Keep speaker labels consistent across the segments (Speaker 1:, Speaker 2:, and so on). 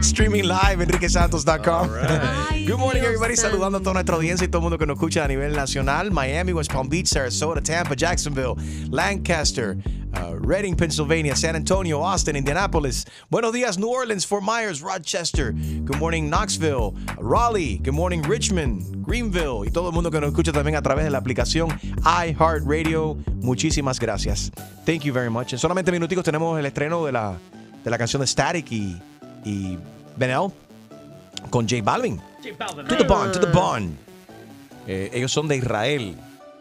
Speaker 1: Streaming live, enriquesantos.com.
Speaker 2: Ay,
Speaker 1: Good morning,
Speaker 2: Dios
Speaker 1: everybody.
Speaker 2: santo.
Speaker 1: Saludando a toda nuestra audiencia y todo el mundo que nos escucha a nivel nacional. Miami, West Palm Beach, Sarasota, Tampa, Jacksonville, Lancaster, uh, Reading, Pennsylvania, San Antonio, Austin, Indianapolis. Buenos días, New Orleans, Fort Myers, Rochester. Good morning, Knoxville, Raleigh. Good morning, Richmond, Greenville. Y todo el mundo que nos escucha también a través de la aplicación iHeartRadio. Muchísimas gracias. Thank you very much. En solamente minuticos tenemos el estreno de la, de la canción de Static y, y Benel con J Balvin. To the Bond, to the Bond. Eh, ellos son de Israel.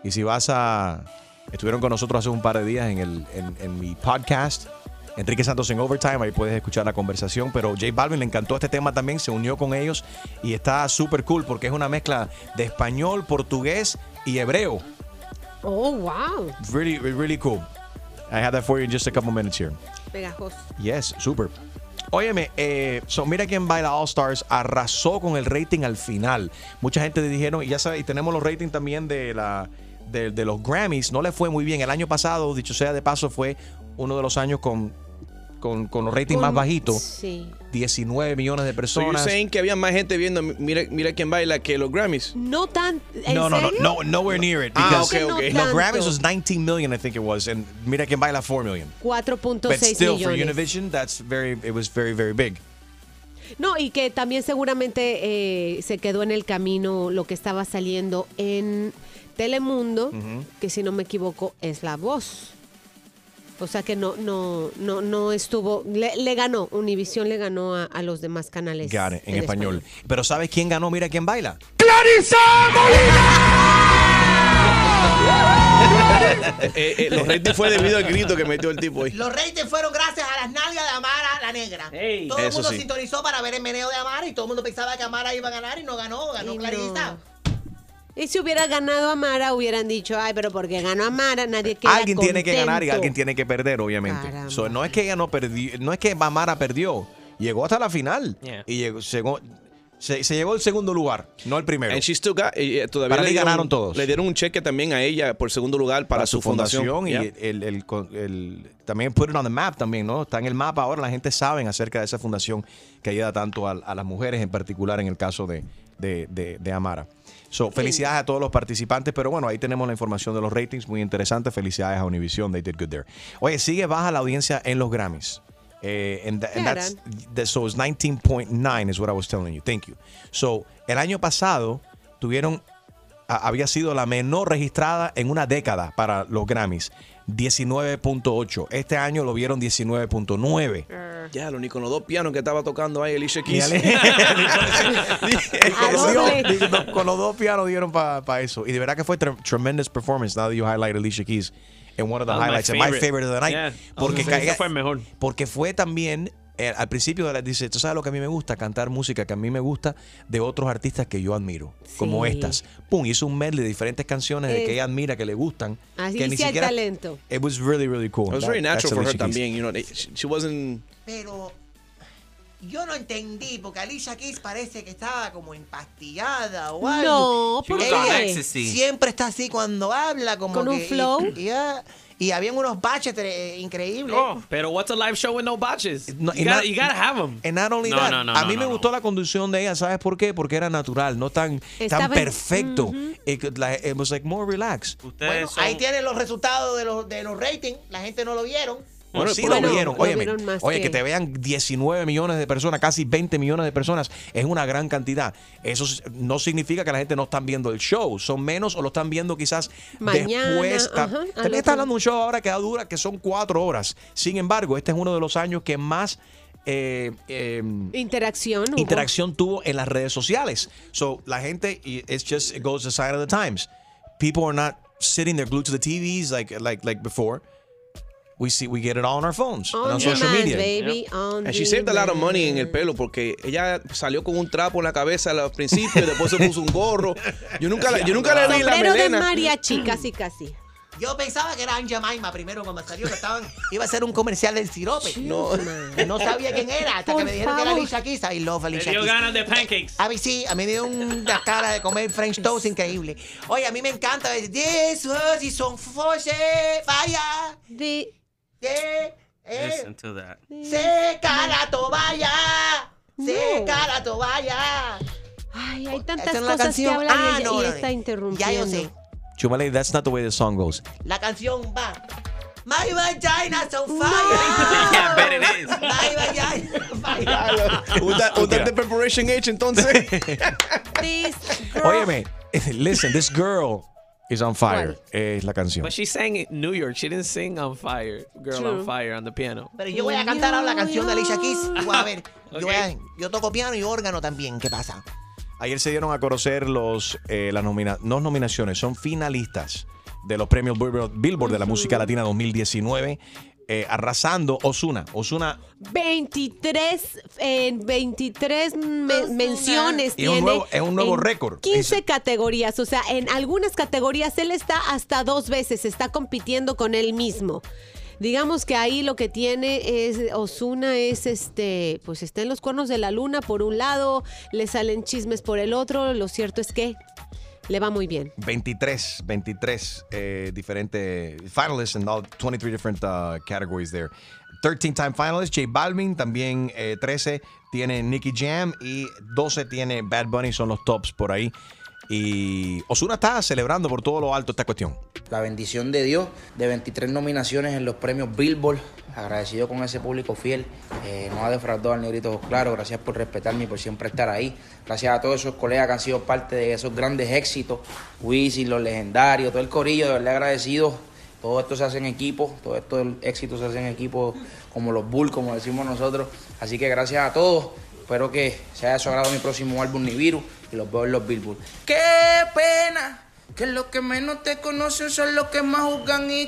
Speaker 1: Y si vas a. Estuvieron con nosotros hace un par de días en, el, en, en mi podcast, Enrique Santos en Overtime. Ahí puedes escuchar la conversación. Pero J Balvin le encantó este tema también. Se unió con ellos y está súper cool porque es una mezcla de español, portugués y hebreo.
Speaker 2: Oh, wow.
Speaker 1: Really, really cool. I have that for you in just a couple minutes here.
Speaker 2: Pegajoso.
Speaker 1: Yes, super. Óyeme, eh, so mira quién baila All Stars arrasó con el rating al final. Mucha gente le dijeron, y ya sabes, y tenemos los ratings también de la de, de los Grammys, no le fue muy bien. El año pasado, dicho sea de paso, fue uno de los años con, con, con los ratings más
Speaker 2: Con-
Speaker 1: bajitos.
Speaker 2: Sí.
Speaker 1: 19 millones de
Speaker 3: So you're
Speaker 1: personas.
Speaker 3: saying que había más gente viendo Mira, mira quién baila que los Grammys.
Speaker 2: No tan. ¿en
Speaker 1: no, no, no,
Speaker 2: serio?
Speaker 1: no, nowhere near it.
Speaker 3: Ah,
Speaker 1: Because
Speaker 3: okay,
Speaker 2: Ese no
Speaker 3: okay.
Speaker 1: No,
Speaker 2: tanto.
Speaker 1: Grammys was 19 million, I think it was, and mira quién baila 4 million. But
Speaker 2: 4.6
Speaker 1: still, for
Speaker 2: millones.
Speaker 1: Univision, that's very, it was very, very big.
Speaker 2: No, y que también seguramente eh, se quedó en el camino lo que estaba saliendo en Telemundo, que si no me equivoco es La Voz. O sea que no, no, no, no estuvo, le, le ganó, Univisión le ganó a, a los demás canales.
Speaker 1: Got it, en español. Pero ¿sabes quién ganó? Mira quién baila.
Speaker 3: Eh, eh, eh, los ratings fue debido al grito que metió el tipo ahí.
Speaker 4: Los ratings fueron gracias a las nalgas de Amara la negra.
Speaker 5: Ey.
Speaker 4: todo el
Speaker 3: Eso
Speaker 4: mundo
Speaker 3: sí.
Speaker 4: sintonizó para ver el meneo de Amara y todo el mundo pensaba que Amara iba a ganar y no ganó, ganó
Speaker 2: Y no.
Speaker 4: Clarita.
Speaker 2: Y si hubiera ganado a Mara, hubieran dicho, ay, pero porque ganó a Mara, nadie queda
Speaker 1: alguien tiene que ganar y
Speaker 2: contento".
Speaker 1: alguien tiene que perder, obviamente.
Speaker 2: Caramba.
Speaker 1: So, no es que ella no perdió, no es que Mamara perdió. Llegó hasta la final
Speaker 5: Yeah.
Speaker 1: y llegó, llegó- se, se llegó al segundo lugar, no el primero.
Speaker 3: And she still got- eh, eh, todavía
Speaker 1: Para
Speaker 3: le
Speaker 1: mí
Speaker 3: dieron-
Speaker 1: ganaron todos.
Speaker 3: Le dieron un cheque también a ella por segundo lugar para, su fundación.
Speaker 1: y
Speaker 3: Yeah.
Speaker 1: el, el- el- el- también put it on the map también, ¿no? Está en el mapa ahora, la gente sabe acerca de esa fundación que ayuda tanto a, a las mujeres, en particular en el caso de, de- de- de Amara. So, felicidades a todos los participantes, pero bueno, ahí tenemos la información de los ratings, muy interesante. Felicidades a Univision, they did good there. Oye, sigue baja la audiencia en los Grammys. Eh, and tha- and
Speaker 2: ¿Qué
Speaker 1: that's- that- so it's 19.9 is what I was telling you. Thank you. So, el año pasado tuvieron a- había sido la menor registrada en una década para los Grammys, 19.8. Este año lo vieron 19.9.
Speaker 3: Ya, lo ni con los dos pianos que estaba tocando ahí, Alicia
Speaker 1: Y
Speaker 3: Keys.
Speaker 1: Ale-
Speaker 2: A doble.
Speaker 1: Digo, no, Con los dos pianos dieron para eso. Y de verdad que fue tre- tremendous performance. Now that you highlight Alicia Keys in one of the
Speaker 5: That was my
Speaker 1: highlights, and my
Speaker 5: favorite.
Speaker 1: favorite of the night.
Speaker 5: Yeah.
Speaker 1: Porque
Speaker 5: Sí, ese
Speaker 1: caiga-
Speaker 5: fue el mejor.
Speaker 1: Porque fue también, eh, al principio de la- dice, tú sabes lo que a mí me gusta, cantar música que a mí me gusta de otros artistas que yo admiro, como
Speaker 2: Sí.
Speaker 1: estas. Pum, hizo un medley de diferentes canciones de que
Speaker 2: Eh,
Speaker 1: ella admira, que le gustan.
Speaker 2: así
Speaker 1: que
Speaker 2: sí hay talento.
Speaker 1: It was really, really cool.
Speaker 3: It was
Speaker 1: That-
Speaker 3: very
Speaker 1: that's
Speaker 3: natural for her
Speaker 1: Alicia Keys.
Speaker 3: también, you know. they- She, she wasn't.
Speaker 4: Pero yo no entendí porque Alicia Keys parece que estaba como empastillada o algo.
Speaker 2: No, ¿por
Speaker 5: was on
Speaker 2: qué?
Speaker 5: ecstasy. Sí.
Speaker 4: Siempre está así cuando habla, como
Speaker 2: Con un
Speaker 4: que- y-
Speaker 2: flow.
Speaker 4: Y, ah, y habían unos baches eh, increíbles.
Speaker 5: Oh, pero what's a live show with no botches?
Speaker 1: No,
Speaker 5: you,
Speaker 1: and
Speaker 5: gotta,
Speaker 1: not-
Speaker 5: you gotta have 'em. them.
Speaker 1: And not only
Speaker 5: No,
Speaker 1: that,
Speaker 5: no, no,
Speaker 1: a
Speaker 5: no,
Speaker 1: mí
Speaker 5: no,
Speaker 1: me
Speaker 5: no.
Speaker 1: gustó la conducción de ella, ¿sabes por qué? Porque era natural, no tan, tan
Speaker 2: Estaba en-
Speaker 1: perfecto. Eh, it, could, like, it was like more relaxed.
Speaker 5: Ustedes
Speaker 4: Bueno,
Speaker 5: son-
Speaker 4: ahí tienen los resultados de los, de los ratings. La gente no lo vieron.
Speaker 1: Bueno, sí
Speaker 2: bueno,
Speaker 1: lo vieron.
Speaker 2: lo
Speaker 1: Óyeme,
Speaker 2: vieron más
Speaker 1: oye, que...
Speaker 2: que-
Speaker 1: te vean 19 millones de personas, casi 20 millones de personas, es una gran cantidad. Eso s- no significa que la gente no están viendo el show, son menos o lo están viendo quizás
Speaker 2: Mañana,
Speaker 1: después. Ta-
Speaker 2: ajá, al
Speaker 1: También
Speaker 2: otro.
Speaker 1: está hablando de un show ahora que dura, que son cuatro horas. Sin embargo, este es uno de los años que más... eh, em,
Speaker 2: Interacción. hubo.
Speaker 1: interacción tuvo en las redes sociales. So la gente, y it's just it goes the sign of the times. People are not sitting there glued to the TVs like like like before. we see we get it all on our phones and
Speaker 2: On
Speaker 1: on social
Speaker 2: demand,
Speaker 1: media.
Speaker 2: baby. On
Speaker 3: And she saved a lot of money en el
Speaker 2: demand.
Speaker 3: pelo porque ella salió con un trapo en la cabeza al principio, después se puso un gorro. Yo nunca, la- yo nunca le vi la
Speaker 2: Sombrero de
Speaker 3: melena.
Speaker 2: mariachi, casi, casi.
Speaker 4: Yo pensaba que era Aunt Jemima primero cuando salió, que estaban, iba a ser un comercial del sirope.
Speaker 3: No,
Speaker 4: No sabía quién era, hasta
Speaker 2: Por
Speaker 4: que me dijeron que era
Speaker 2: favor.
Speaker 4: Alicia Keys. I love
Speaker 5: Le
Speaker 4: Alicia
Speaker 5: dio
Speaker 4: Keys.
Speaker 5: ganas de pancakes.
Speaker 4: A mí sí, a mí me dio una cara de comer French toast increíble. Oye, a mí me encanta. ver, This was is on fire, vaya.
Speaker 2: De,
Speaker 4: de- eh,
Speaker 6: Listen to that.
Speaker 4: se cara vaya. Se cara vaya.
Speaker 2: ay, hay
Speaker 4: Esa es
Speaker 2: tantas
Speaker 4: la
Speaker 2: cosas que
Speaker 4: canción.
Speaker 2: hablan
Speaker 4: Ah,
Speaker 2: y ella-
Speaker 4: no,
Speaker 2: y
Speaker 4: la de-
Speaker 2: está
Speaker 4: Ya
Speaker 2: interrumpiendo.
Speaker 4: yo sé.
Speaker 1: Chumale, that's not the way the song goes.
Speaker 4: La canción va. My vagina's on
Speaker 2: No.
Speaker 4: fire.
Speaker 6: yeah, I bet
Speaker 1: ¿eh?
Speaker 6: it is.
Speaker 4: My vagina's on fire.
Speaker 3: un ta- un tal de Preparation H entonces.
Speaker 2: This girl-
Speaker 1: Óyeme, listen, this girl is on fire. Es la canción.
Speaker 5: But she sang it New York. She didn't sing on fire, girl
Speaker 2: True.
Speaker 5: on fire on the piano.
Speaker 4: Pero yo voy a cantar ahora la canción de Alicia Keys. Tú vas a ver. Yo, voy a-
Speaker 5: Ok.
Speaker 4: yo toco piano y órgano también. ¿Qué pasa?
Speaker 1: Ayer se dieron a conocer los, eh, las nomina- no nominaciones, son finalistas de los premios Billboard, Billboard de la música latina 2019, eh, arrasando Osuna. Osuna
Speaker 2: 23, eh, 23 me- menciones
Speaker 1: Es un
Speaker 2: tiene
Speaker 1: nuevo- es un nuevo
Speaker 2: en
Speaker 1: récord.
Speaker 2: 15
Speaker 1: Eso.
Speaker 2: categorías, o sea, en algunas categorías él está hasta dos veces, está compitiendo con él mismo. Digamos que ahí lo que tiene es Osuna es este, pues está en los cuernos de la luna por un lado, le salen chismes por el otro, lo cierto es que le va muy bien.
Speaker 1: 23, 23 eh, diferentes finalists and all 23 different uh, categories there. 13 time finalists, J Balvin, también eh, 13 tiene Nicky Jam y 12 tiene Bad Bunny, son los tops por ahí. Y Osuna está celebrando por todo lo alto esta cuestión.
Speaker 7: la bendición de Dios de 23 nominaciones en los premios Billboard. Agradecido con ese público fiel. Eh, no ha defraudado al Negrito Ojos Claro. Gracias por respetarme y por siempre estar ahí. Gracias a todos esos colegas que han sido parte de esos grandes éxitos. Wisin, los legendarios, todo el corillo. De verdad agradecido. Todo esto se hace en equipo. Todo estos éxitos se hace en equipo como los Bull, como decimos nosotros. Así que gracias a todos. Espero que sea de su agrado mi próximo álbum Nibiru y los veo en los Billboard. ¡Qué pena! Que los que menos te conocen son los que más juzgan y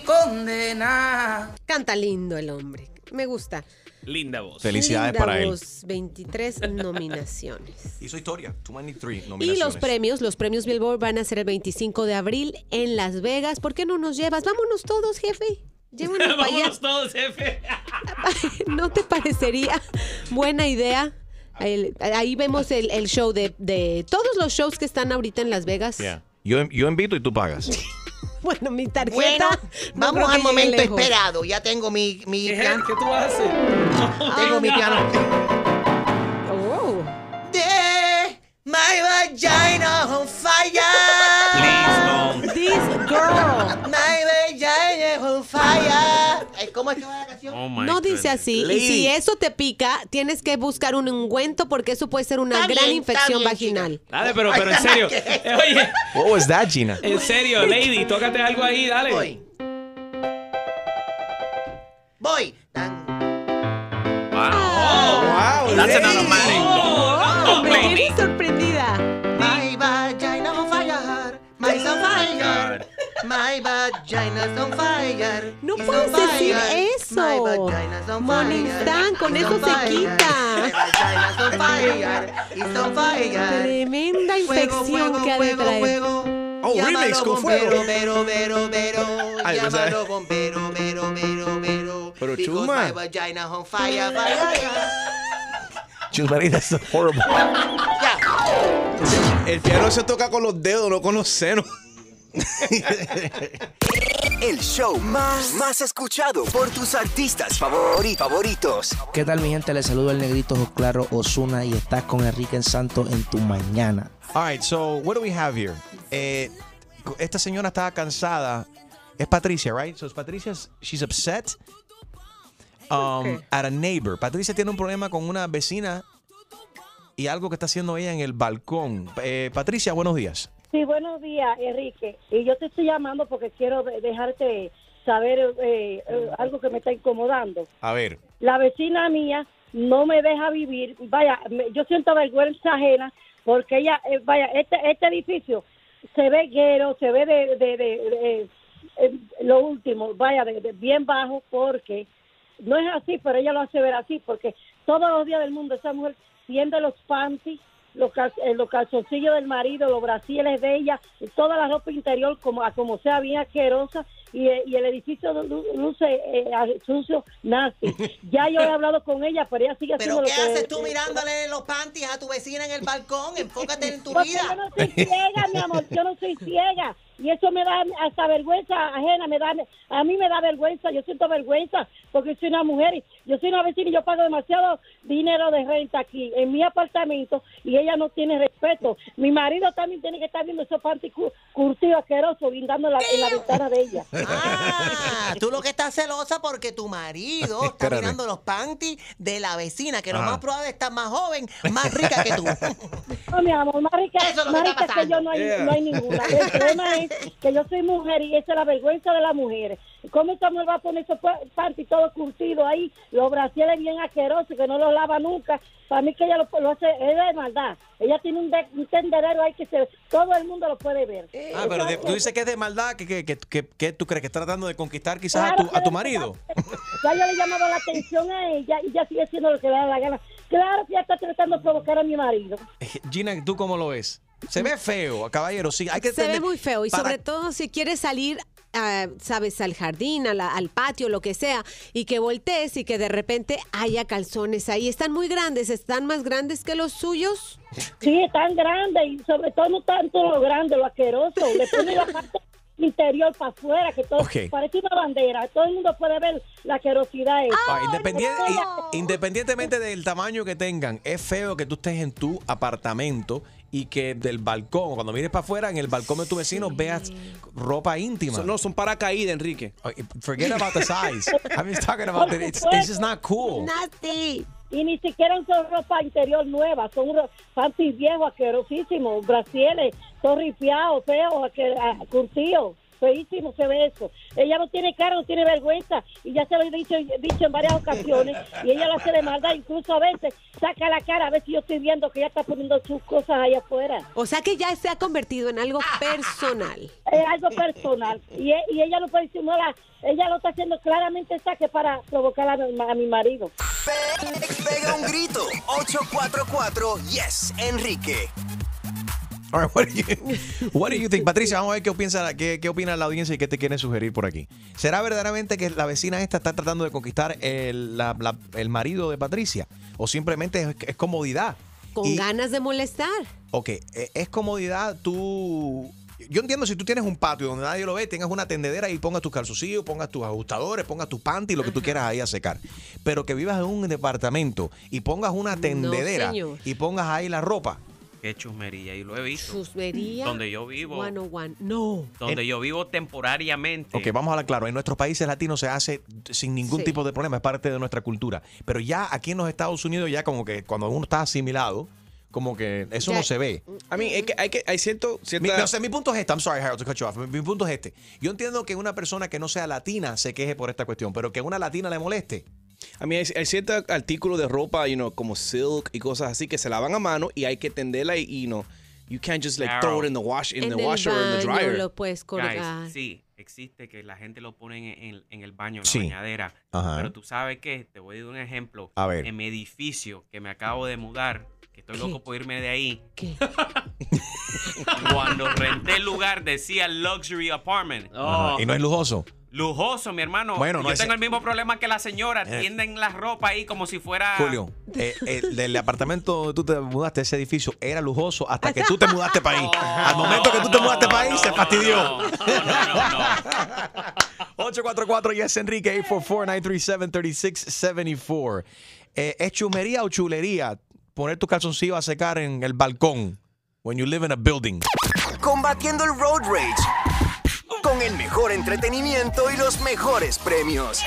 Speaker 7: condenan.
Speaker 2: Canta lindo el hombre, me gusta.
Speaker 5: Linda voz.
Speaker 1: Felicidades
Speaker 2: Linda
Speaker 1: para él.
Speaker 2: voz, 23 nominaciones.
Speaker 1: Hizo historia, 23
Speaker 2: Y los
Speaker 1: nominaciones.
Speaker 2: premios, los premios Billboard van a ser el 25 de abril en Las Vegas. ¿Por qué no nos llevas? Vámonos todos, jefe. Llévanos para allá.
Speaker 5: Vámonos todos, jefe.
Speaker 2: ¿No te parecería buena idea? El- ahí vemos el, el show de, de todos los shows que están ahorita en Las Vegas.
Speaker 1: Yeah. Yo, yo invito y tú pagas.
Speaker 2: Bueno, mi tarjeta.
Speaker 4: Bueno,
Speaker 2: no creo
Speaker 4: vamos al
Speaker 2: que llegue
Speaker 4: momento
Speaker 2: lejos. ¿Eh?
Speaker 4: esperado. Ya tengo mi, mi
Speaker 5: ¿Qué,
Speaker 4: piano.
Speaker 5: ¿Qué tú haces?
Speaker 4: Tengo mi piano.
Speaker 2: Oh.
Speaker 4: De my vagina on fire.
Speaker 5: Oh,
Speaker 6: Please
Speaker 2: This girl.
Speaker 4: My vagina on fire. Ay, ¿Cómo es que va la canción?
Speaker 6: don't. Oh my
Speaker 2: no dice
Speaker 6: goodness.
Speaker 2: así. Y
Speaker 3: Lee.
Speaker 2: si eso te pica, tienes que buscar un ungüento porque eso puede ser una
Speaker 4: Está
Speaker 2: gran
Speaker 4: bien, está
Speaker 2: infección
Speaker 4: bien,
Speaker 2: vaginal.
Speaker 5: Dale, pero, pero en serio. Eh, Oye,
Speaker 1: What was that, Gina?
Speaker 5: en serio, lady, tócate algo ahí, dale.
Speaker 4: Voy. Voy. Tan.
Speaker 3: Wow,
Speaker 6: That's an
Speaker 3: lady.
Speaker 6: automatic.
Speaker 2: Oh, me tienes sorprendida.
Speaker 4: My vagina on fire. My on
Speaker 3: Oh
Speaker 4: fire. My vagina's on fire.
Speaker 2: No
Speaker 4: It's on
Speaker 2: puedes decir
Speaker 4: fire.
Speaker 2: eso.
Speaker 4: My vagina's on
Speaker 2: Morning
Speaker 4: fire.
Speaker 2: Stan, con
Speaker 4: It's
Speaker 2: eso
Speaker 4: on
Speaker 2: se
Speaker 4: fire.
Speaker 2: quita.
Speaker 4: My vagina's on fire. It's on fire.
Speaker 2: Tremenda infección que ha de traer.
Speaker 3: Oh, remix con fuego.
Speaker 4: Vero, vero, vero.
Speaker 3: Ay, pues,
Speaker 4: Llámalo
Speaker 3: eh.
Speaker 4: bombero, vero, vero, vero.
Speaker 3: Pero
Speaker 4: Because
Speaker 3: chuma.
Speaker 4: my vagina on fire, fire, fire.
Speaker 1: Chumari, that's horrible.
Speaker 4: Ya.
Speaker 3: El piano se toca con los dedos, no con los senos.
Speaker 8: El show más, más escuchado por tus artistas favori- favoritos.
Speaker 7: ¿Qué tal mi gente? Les saludo el negrito Ojos Claro Osuna y estás con Enrique Santos en tu mañana.
Speaker 1: All right, so what do we have here? Eh, esta señora estaba cansada. Es Patricia, right? So it's Patricia's, she's upset um, at a neighbor. Patricia tiene un problema con una vecina y algo que está haciendo ella en el balcón. Eh, Patricia, buenos días.
Speaker 9: Sí, buenos días, Enrique. Y yo te estoy llamando porque quiero de- dejarte saber eh, eh, algo que me está incomodando.
Speaker 1: A ver.
Speaker 9: La vecina mía no me deja vivir. Vaya, me- yo siento vergüenza ajena porque ella, eh, vaya, este, este edificio se ve guero, se ve de, de, de- de- eh, lo último, vaya de, de bien bajo porque no es así, pero ella lo hace ver así porque todos los días del mundo esa mujer tiende los panties, los, cal- eh, los calzoncillos del marido, los brasiles de ella, toda la ropa interior como a como sea bien asquerosa y, eh, y el edificio lu- luce eh, a- sucio, nasty. Ya yo he hablado con ella, pero ella sigue haciendo
Speaker 4: ¿Pero
Speaker 9: lo
Speaker 4: qué
Speaker 9: que...
Speaker 4: haces tú
Speaker 9: eh,
Speaker 4: mirándole los panties a tu vecina en el balcón? Enfócate en tu
Speaker 9: porque yo
Speaker 4: vida.
Speaker 9: no soy ciega, mi amor, yo no soy ciega. Y eso me da hasta vergüenza ajena, me da, a mí me da vergüenza, yo siento vergüenza porque soy una mujer, y yo soy una vecina y yo pago demasiado dinero de renta aquí en mi apartamento y ella no tiene respeto. Mi marido también tiene que estar viendo esos panty cu- curtido asqueroso brindando la, en la ventana de ella.
Speaker 4: Ah, tú lo que estás celosa porque tu marido está
Speaker 1: Espérate.
Speaker 4: mirando los panties de la vecina, que lo
Speaker 1: Ah.
Speaker 4: más probable está más joven, más rica que tú.
Speaker 9: No, mi amor, más rica,
Speaker 4: Eso es lo
Speaker 9: más
Speaker 4: que está
Speaker 9: rica que
Speaker 4: pasando.
Speaker 9: yo no hay,
Speaker 3: Yeah.
Speaker 9: no hay ninguna. El problema es que yo soy mujer y esa es la vergüenza de las mujeres. ¿Cómo esta mujer va a poner esos pa- panties todo curtido ahí? Los brasiles bien asquerosos que no los lava nunca. Para mí que ella lo, lo hace, es de maldad. Ella tiene un, de- un tenderero ahí que se, todo el mundo lo puede ver.
Speaker 4: Eh.
Speaker 1: Ah, pero de-
Speaker 9: Entonces,
Speaker 1: tú dices que es de maldad, que, que, que, que- que tú crees que está tratando de conquistar quizás a
Speaker 9: Claro,
Speaker 1: tu, a tu
Speaker 9: pero
Speaker 1: marido.
Speaker 9: Ya ya yo le llamaba la atención a ella y ya sigue haciendo lo que le da la gana. Claro que ella está tratando de provocar a mi marido.
Speaker 1: Eh, Gina, ¿tú cómo lo ves? Se ve feo, caballero, sí. Hay que
Speaker 2: Se ve
Speaker 1: entender-
Speaker 2: muy feo y
Speaker 1: para-
Speaker 2: sobre todo si quieres salir, ah, sabes, al jardín, a la- al patio, lo que sea, y que voltees y que de repente haya calzones ahí. Están muy grandes, están más grandes que los suyos.
Speaker 9: Sí, es tan grande y sobre todo no tanto lo grande, lo asqueroso. Le pone la parte interior para afuera, que todo
Speaker 1: Ok.
Speaker 9: parece una bandera. Todo el mundo puede ver la asquerosidad. esa.
Speaker 1: Ah, independiente-
Speaker 9: no.
Speaker 1: i- independientemente del tamaño que tengan, es feo que tú estés en tu apartamento y que del balcón, cuando mires para afuera, en el balcón de tu vecino veas ropa íntima.
Speaker 3: Son- no, son paracaídas, Enrique.
Speaker 1: Oh, Forget about the size. I'm just talking about that. It's, it's just not cool.
Speaker 2: Nasty.
Speaker 9: Y ni siquiera son ropa interior nueva, son ro- panties viejos, asquerosísimos, brasieles, son ripiados, feos, asque- ah, curtidos. Feísimo se ve eso. Ella no tiene cara, no tiene vergüenza. Y ya se lo he dicho, dicho en varias ocasiones. Y ella lo hace de maldad. Incluso a veces saca la cara a ver si yo estoy viendo que ella está poniendo sus cosas allá afuera.
Speaker 2: O sea que ya se ha convertido en algo personal.
Speaker 9: es algo personal y, e- y ella lo puede disimular. ella lo está haciendo claramente saque para provocar a mi, a mi marido
Speaker 8: Pe- Pega un grito. 844 Yes, Enrique.
Speaker 1: All right, what, do you, what do you think? Patricia, vamos a ver qué, piensa, la- qué, qué opina la audiencia y qué te quieren sugerir por aquí. ¿Será verdaderamente que la vecina esta está tratando de conquistar el, la- la- el marido de Patricia? ¿O simplemente es, es comodidad?
Speaker 2: Con
Speaker 1: Y-
Speaker 2: ganas de molestar.
Speaker 1: Ok, e- es comodidad tú... Yo entiendo si tú tienes un patio donde nadie lo ve, tengas una tendedera y pongas tus calzoncillos, pongas tus ajustadores, pongas tus panties, lo que tú quieras ahí a secar. Pero que vivas en un departamento y pongas una tendedera
Speaker 2: señor.
Speaker 1: y pongas ahí la ropa.
Speaker 6: Qué chusmería, y lo he visto.
Speaker 2: Chusmería. eh.
Speaker 6: Donde yo vivo.
Speaker 2: One No.
Speaker 6: Donde yo vivo temporariamente.
Speaker 1: Ok, vamos a hablar claro. En nuestros países latinos se hace sin ningún
Speaker 2: Sí.
Speaker 1: tipo de problema, es parte de nuestra cultura. Pero ya aquí en los Estados Unidos, ya como que cuando uno está asimilado, como que eso
Speaker 2: Ya-
Speaker 1: no se ve.
Speaker 3: A mí, es que hay, que, hay cierto. Cierta...
Speaker 1: Mi, o sea, mi punto es este. I'm sorry, Harold, to cut you off. Mi, mi punto es este. Yo entiendo que una persona que no sea latina se queje por esta cuestión, pero que una latina le moleste.
Speaker 3: A mí hay, hay ciertos artículos de ropa, you know, como silk y cosas así que se lavan a mano y hay que tenderla y, you know, you can't just like throw it in the wash in
Speaker 2: en
Speaker 3: the
Speaker 2: el
Speaker 3: washer or in the
Speaker 2: baño
Speaker 3: dryer.
Speaker 2: lo puedes
Speaker 6: Guys,
Speaker 2: colgar.
Speaker 6: sí, existe que la gente lo pone en, en- en el baño, en la
Speaker 1: Sí.
Speaker 6: bañadera.
Speaker 1: Ajá.
Speaker 6: Pero tú sabes que, te voy a dar un ejemplo.
Speaker 1: A ver.
Speaker 6: En mi edificio que me acabo de mudar, que estoy
Speaker 2: ¿Qué?
Speaker 6: loco por irme de ahí.
Speaker 2: ¿Qué?
Speaker 6: Cuando renté el lugar decía Luxury Apartment.
Speaker 1: Ajá, Oh. Y no es lujoso.
Speaker 6: Lujoso, mi hermano.
Speaker 1: Bueno, no
Speaker 6: Yo
Speaker 1: es-
Speaker 6: tengo el mismo problema que la señora.
Speaker 1: Eh.
Speaker 6: Tienden la ropa ahí como si fuera.
Speaker 1: Julio, eh, eh, del apartamento donde tú te mudaste, ese edificio era lujoso hasta que tú te mudaste para ahí. Al momento que tú te
Speaker 6: No,
Speaker 1: mudaste para ahí,
Speaker 6: no,
Speaker 1: se
Speaker 6: no,
Speaker 1: fastidió.
Speaker 6: no, no, no, no.
Speaker 1: 844 Yes Enrique 844-937-3674. Eh, ¿Es chumería o chulería poner tus calzoncillos a secar en el balcón? When you live in a building.
Speaker 8: Combatiendo el road rage. Con el mejor entretenimiento y los mejores premios.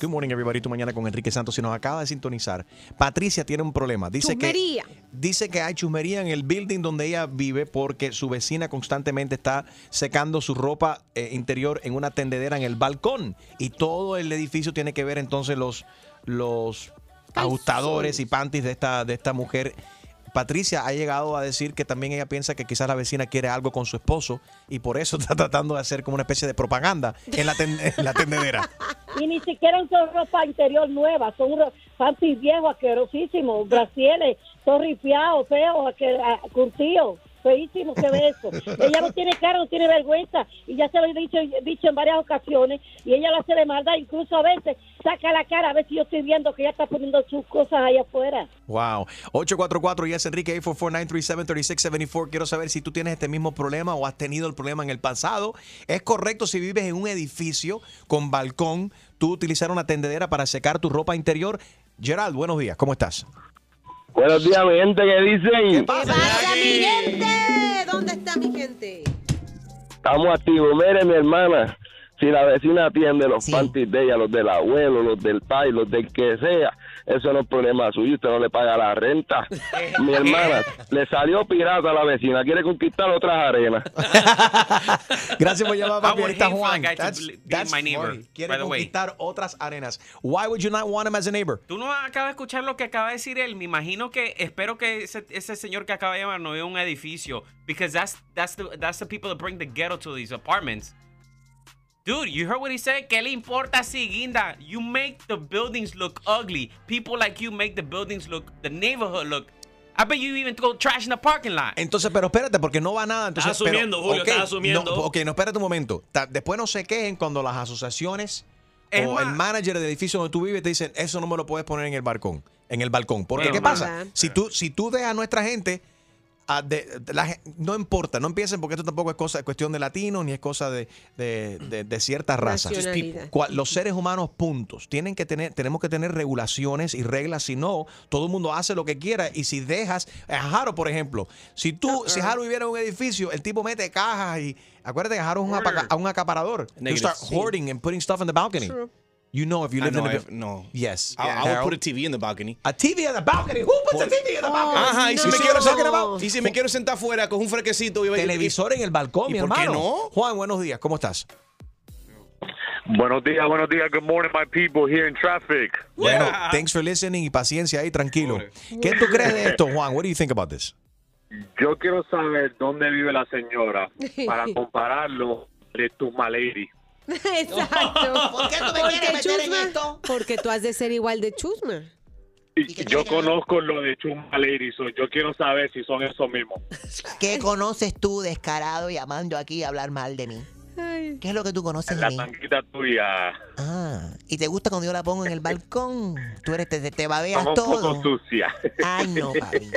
Speaker 1: Good morning, everybody. Tu mañana con Enrique Santos. Si nos acaba de sintonizar, Patricia tiene un problema. Dice
Speaker 2: Chusmería.
Speaker 1: que dice que hay chusmería en el building donde ella vive porque su vecina constantemente está secando su ropa eh, interior en una tendedera en el balcón y todo el edificio tiene que ver entonces los los
Speaker 2: Calzones.
Speaker 1: ajustadores y panties de esta de esta mujer Patricia ha llegado a decir que también ella piensa que quizás la vecina quiere algo con su esposo y por eso está tratando de hacer como una especie de propaganda en la, ten- en la tendedera.
Speaker 9: Y ni siquiera son ropa interior nueva, son ro- panties viejos, asquerosísimos, brasieles, son ripiados, feos, asque- a- curtidos, feísimos se ve eso. ella no tiene cara, no tiene vergüenza, y ya se lo he dicho, dicho en varias ocasiones, y ella lo hace de maldad, incluso a veces saca la cara, a ver si yo estoy viendo que ella está poniendo sus cosas allá afuera.
Speaker 1: Wow. 844 yes Enrique 844-937-3674. Quiero saber si tú tienes este mismo problema o has tenido el problema en el pasado. ¿Es correcto si vives en un edificio con balcón, tú utilizar una tendedera para secar tu ropa interior? Gerald, buenos días, ¿cómo estás?
Speaker 10: Buenos días, mi gente, ¿qué dicen?
Speaker 2: mi gente? ¿Dónde está mi gente?
Speaker 10: Estamos activos. Mire, mi hermana, si la vecina atiende los panties de ella, los del abuelo, los del pai, los del que sea, eso no es problema suyo, usted no le paga la renta. mi hermana, le salió pirata a la vecina, quiere conquistar otras arenas.
Speaker 1: Gracias por llamar, papi. Ahí está
Speaker 6: hate for
Speaker 1: Juan.
Speaker 6: that guy to
Speaker 1: That's,
Speaker 6: bl- be
Speaker 1: that's
Speaker 6: my neighbor,
Speaker 1: funny. Quiere
Speaker 6: by the way.
Speaker 1: conquistar otras arenas. Why would you not want him as a neighbor?
Speaker 6: Tú no acabas de escuchar lo que acaba de decir él. Me imagino que, espero que ese, ese señor que acaba de llamar no vea un edificio. Because that's, that's, the, that's the people that bring the ghetto to these apartments. Dude, you heard what he said? ¿Qué le importa si guinda? You make the buildings look ugly. People like you make the buildings look, the neighborhood look. I bet you even throw trash in the parking lot.
Speaker 1: Entonces, pero espérate, porque no va nada. Entonces,
Speaker 6: Estás asumiendo,
Speaker 1: pero-
Speaker 6: Julio,
Speaker 1: ok,
Speaker 6: estás asumiendo.
Speaker 1: No, ok, no, espérate un momento. Ta- Después no se quejen cuando las asociaciones
Speaker 6: Es
Speaker 1: o el
Speaker 6: más-
Speaker 1: manager del edificio donde tú vives te dicen, eso no me lo puedes poner en el balcón. En el balcón. Porque,
Speaker 6: Pero-
Speaker 1: ¿qué pasa?
Speaker 6: Ajá.
Speaker 1: Si tú, si tú dejas a nuestra gente... a- de- de- la gen- no importa, no empiecen porque esto tampoco es cosa cuestión de latinos ni es cosa de, de, de- de ciertas razas.
Speaker 11: Nacionalidad.
Speaker 1: Cua- Los seres humanos, puntos. Tienen que tener, tenemos que tener regulaciones y reglas. Si no, todo el mundo hace lo que quiera. Y si dejas, a Jaro, por ejemplo, si tú, si Jaro viviera en un edificio, el tipo mete cajas y acuérdate que Jaro es un,
Speaker 3: Hoarder.
Speaker 1: apaca- un acaparador. You
Speaker 3: Negative.
Speaker 1: start
Speaker 3: Sí.
Speaker 1: hoarding and putting stuff in the balcony.
Speaker 3: True.
Speaker 1: You know if you live
Speaker 3: I know,
Speaker 1: in a
Speaker 3: I've- no.
Speaker 1: Ah,
Speaker 3: eh.
Speaker 1: Yes.
Speaker 3: I, I would put a TV in the balcony.
Speaker 1: A TV in the balcony. Who puts a TV in
Speaker 3: Oh,
Speaker 1: the balcony?
Speaker 3: Ajá, y si,
Speaker 1: No.
Speaker 3: me quiero
Speaker 1: Talking about-
Speaker 3: sentar, y si me quiero sentar afuera con un fresquecito. y- y-
Speaker 1: Televisor en el balcón,
Speaker 3: ¿Y
Speaker 1: mi
Speaker 3: por
Speaker 1: hermano.
Speaker 3: qué no?
Speaker 1: Juan, buenos días. ¿Cómo estás?
Speaker 12: Buenos días, buenos días. Good morning, my people here in traffic.
Speaker 1: Bueno,
Speaker 3: Ah.
Speaker 1: thanks for listening y paciencia ahí, tranquilo. ¿Qué tú crees de esto, Juan? What do you think about this?
Speaker 12: Yo quiero saber dónde vive la señora para compararlo de tu malady.
Speaker 2: Exacto. ¿Por qué
Speaker 4: tú me quieres meter en esto?
Speaker 2: Porque tú has de ser igual de chusma.
Speaker 12: Yo conozco lo de Chuma Lady, so yo quiero saber si son esos mismos.
Speaker 4: ¿Qué conoces tú, descarado, llamando aquí a hablar mal de mí? ¿Qué es lo que tú conoces de
Speaker 12: La
Speaker 4: mí?
Speaker 12: tanquita tuya.
Speaker 4: Ah, y te gusta cuando yo la pongo en el balcón. Tú eres, te, te- te babeas
Speaker 12: Estaba un poco
Speaker 4: todo.
Speaker 12: sucia.
Speaker 4: Ay, no, papi.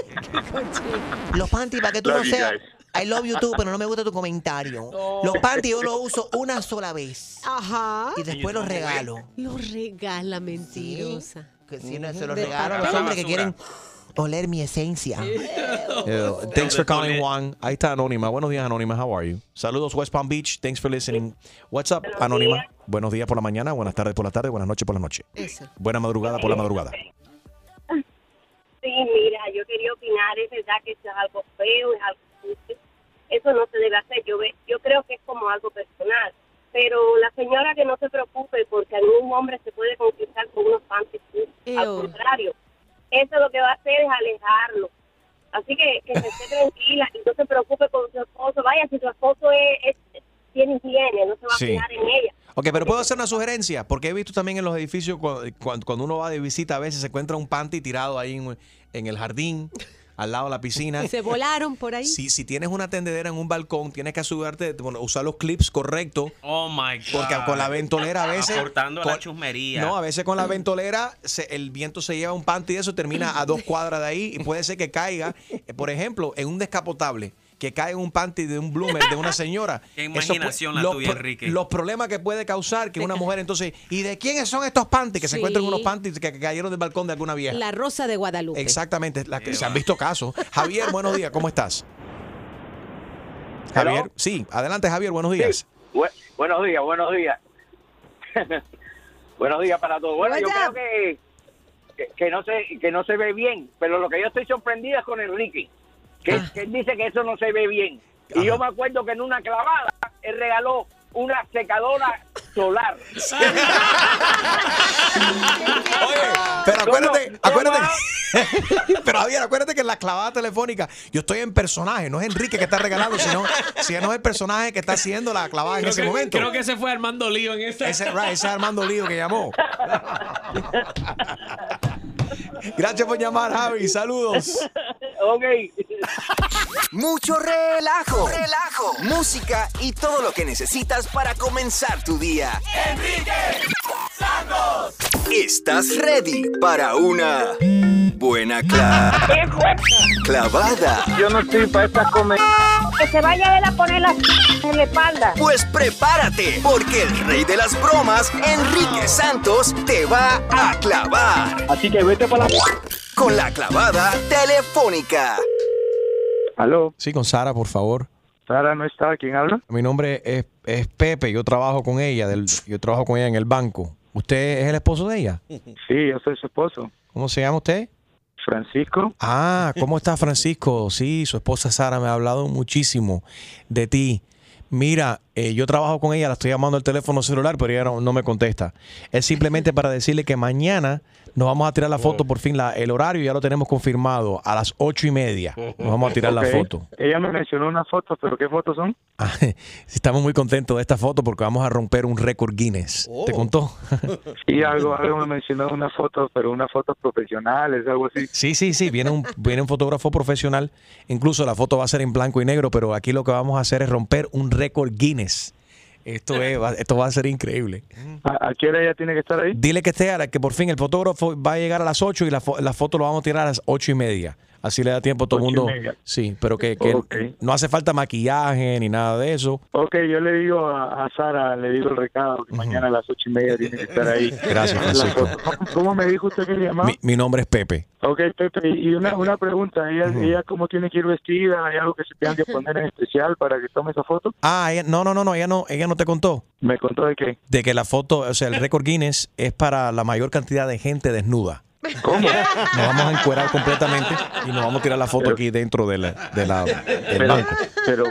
Speaker 4: Los panties, para que tú
Speaker 12: Love
Speaker 4: no
Speaker 12: you
Speaker 4: seas.
Speaker 12: guys.
Speaker 4: I love you too, pero no me gusta tu comentario.
Speaker 2: No.
Speaker 4: Los panties yo los uso una sola vez.
Speaker 2: Ajá.
Speaker 4: Y después los regalo.
Speaker 2: Los regala, mentirosa.
Speaker 4: Que si no, se los
Speaker 2: De
Speaker 4: regalo a los
Speaker 2: papel.
Speaker 4: hombres que quieren oler mi esencia.
Speaker 1: Yeah, Thanks for calling, Juan. Ahí está Anónima. Buenos días, Anónima. How are you? Saludos, West Palm Beach. Thanks for listening. What's up, Anónima? Buenos días por la mañana, buenas tardes por la tarde, buenas noches por la noche.
Speaker 2: Eso.
Speaker 1: Buena madrugada por la madrugada.
Speaker 13: Sí, mira, yo quería opinar, es verdad que eso es algo feo, es algo sucio. eso no se debe hacer, yo, ve- yo creo que es como algo personal, pero la señora que no se preocupe porque algún hombre se puede conquistar con unos panties, sucios. al
Speaker 2: Ew.
Speaker 13: contrario, eso lo que va a hacer es alejarlo, así que que se esté tranquila y no se preocupe con su esposo, vaya, si su esposo es, es- tiene higiene, no se va
Speaker 1: Sí.
Speaker 13: a fijar en ella.
Speaker 1: Ok, pero puedo hacer una sugerencia, porque he visto también en los edificios cu- cu- cuando, uno va de visita a veces se encuentra un panty tirado ahí en, en el jardín, al lado de la piscina.
Speaker 2: Se volaron por ahí.
Speaker 1: Si, si tienes una tendedera en un balcón, tienes que asegurarte de bueno, usar los clips correctos.
Speaker 6: Oh my God.
Speaker 1: Porque con la ventolera a veces.
Speaker 6: Aportando a
Speaker 1: con-
Speaker 6: la chusmería.
Speaker 1: No, a veces con la ventolera se- el viento se lleva un panty de eso, termina a dos cuadras de ahí y puede ser que caiga, eh, por ejemplo, en un descapotable, que caiga en un panty de un bloomer de una señora.
Speaker 6: Qué
Speaker 1: Eso pu-
Speaker 6: imaginación la
Speaker 1: los
Speaker 6: tuya,
Speaker 1: pro-
Speaker 6: Enrique.
Speaker 1: Los problemas que puede causar que una mujer entonces. ¿Y de quiénes son estos panties? Que se
Speaker 2: Sí.
Speaker 1: encuentran unos panties que, que cayeron del balcón de alguna vieja.
Speaker 2: La rosa de Guadalupe.
Speaker 1: Exactamente, la que se han visto casos. Javier, buenos días, ¿cómo estás? Javier, sí, adelante Javier, buenos días.
Speaker 14: Bu- buenos días, buenos días. buenos días para todos. Bueno, yo creo que, que, que no se, que no se ve bien, pero lo que yo estoy sorprendida es con Enrique, que,
Speaker 1: Ah.
Speaker 14: que él dice que eso no se ve bien. Y yo me acuerdo que en una clavada él regaló una secadora solar.
Speaker 1: Pero acuérdate, acuérdate. Pero Javier, acuérdate que en la clavada telefónica yo estoy en personaje, no es Enrique que está regalando, sino, sino es el personaje que está haciendo la clavada Ah, en
Speaker 5: Creo
Speaker 1: ese
Speaker 5: que-
Speaker 1: momento.
Speaker 5: Creo que se fue Armando Lío en esa.
Speaker 1: Ese, right, ese es Armando Lío que llamó. Gracias por llamar, Javi. Saludos.
Speaker 8: Mucho relajo. Relajo. Música y todo lo que necesitas para comenzar tu día.
Speaker 11: Enrique Santos.
Speaker 8: ¿Estás ready para una buena cla- clavada? Yo no estoy para esta
Speaker 9: Que se vaya él a poner la en la espalda.
Speaker 8: Pues prepárate, porque el rey de las bromas, Enrique Santos, te va a clavar. Así que vete para la... Con la clavada telefónica.
Speaker 1: Aló. Sí, con Sara, por favor.
Speaker 15: Sara no está, ¿quién habla?
Speaker 1: Mi nombre es, es Pepe, yo trabajo con ella, del- yo trabajo con ella en el banco. ¿Usted es el esposo de ella?
Speaker 15: Sí, yo soy su esposo,
Speaker 1: ¿Cómo se llama usted?
Speaker 15: Francisco.
Speaker 1: Ah, ¿cómo está Francisco? Sí, su esposa Sara me ha hablado muchísimo de ti. Mira, eh, yo trabajo con ella, la estoy llamando al teléfono celular, pero ella no, no me contesta. Es simplemente para decirle que mañana nos vamos a tirar la foto, por fin la- el horario ya lo tenemos confirmado, a las ocho y media nos vamos a tirar
Speaker 15: Ok.
Speaker 1: la foto.
Speaker 15: Ella me mencionó unas fotos, pero ¿qué fotos son?
Speaker 1: Estamos muy contentos de esta foto porque vamos a romper un récord Guinness. ¿Te contó?
Speaker 15: Sí, algo, algo me mencionó unas fotos, pero unas fotos profesionales, algo así.
Speaker 1: Sí, sí, sí, viene un, viene un fotógrafo profesional. Incluso la foto va a ser en blanco y negro, pero aquí lo que vamos a hacer es romper un récord Guinness. Esto, es, va- esto va a ser increíble.
Speaker 15: ¿A, a qué hora ella tiene que estar ahí?
Speaker 1: Dile que esté, a la- que por fin el fotógrafo va a llegar a las 8 y la, fo- la foto lo vamos a tirar a las 8 y media. Así le da tiempo a todo el
Speaker 15: Ocho y
Speaker 1: mundo.
Speaker 15: media.
Speaker 1: Sí, pero que, que
Speaker 15: Ok.
Speaker 1: no hace falta maquillaje ni nada de eso.
Speaker 15: Ok, yo le digo a, a Sara, le digo el recado, que mañana a las ocho y media tiene que estar ahí.
Speaker 1: Gracias,
Speaker 15: Las
Speaker 1: Francisco.
Speaker 15: fotos. ¿Cómo me dijo usted que se llamaba?
Speaker 1: Mi, mi nombre es Pepe.
Speaker 15: Ok, Pepe, y una, una pregunta, ¿ella, ¿ella cómo tiene que ir vestida? ¿Hay algo que se tenga que poner en especial para que tome esa foto?
Speaker 1: Ah, ella- no, no, no, no, ella no, ella no te contó.
Speaker 15: ¿Me contó de qué?
Speaker 1: De que la foto, o sea, el récord Guinness es para la mayor cantidad de gente desnuda.
Speaker 15: ¿Cómo?
Speaker 1: Nos vamos a encuerar completamente y nos vamos a tirar la foto aquí dentro de la, de la- del
Speaker 15: Pero,
Speaker 1: banco.
Speaker 15: pero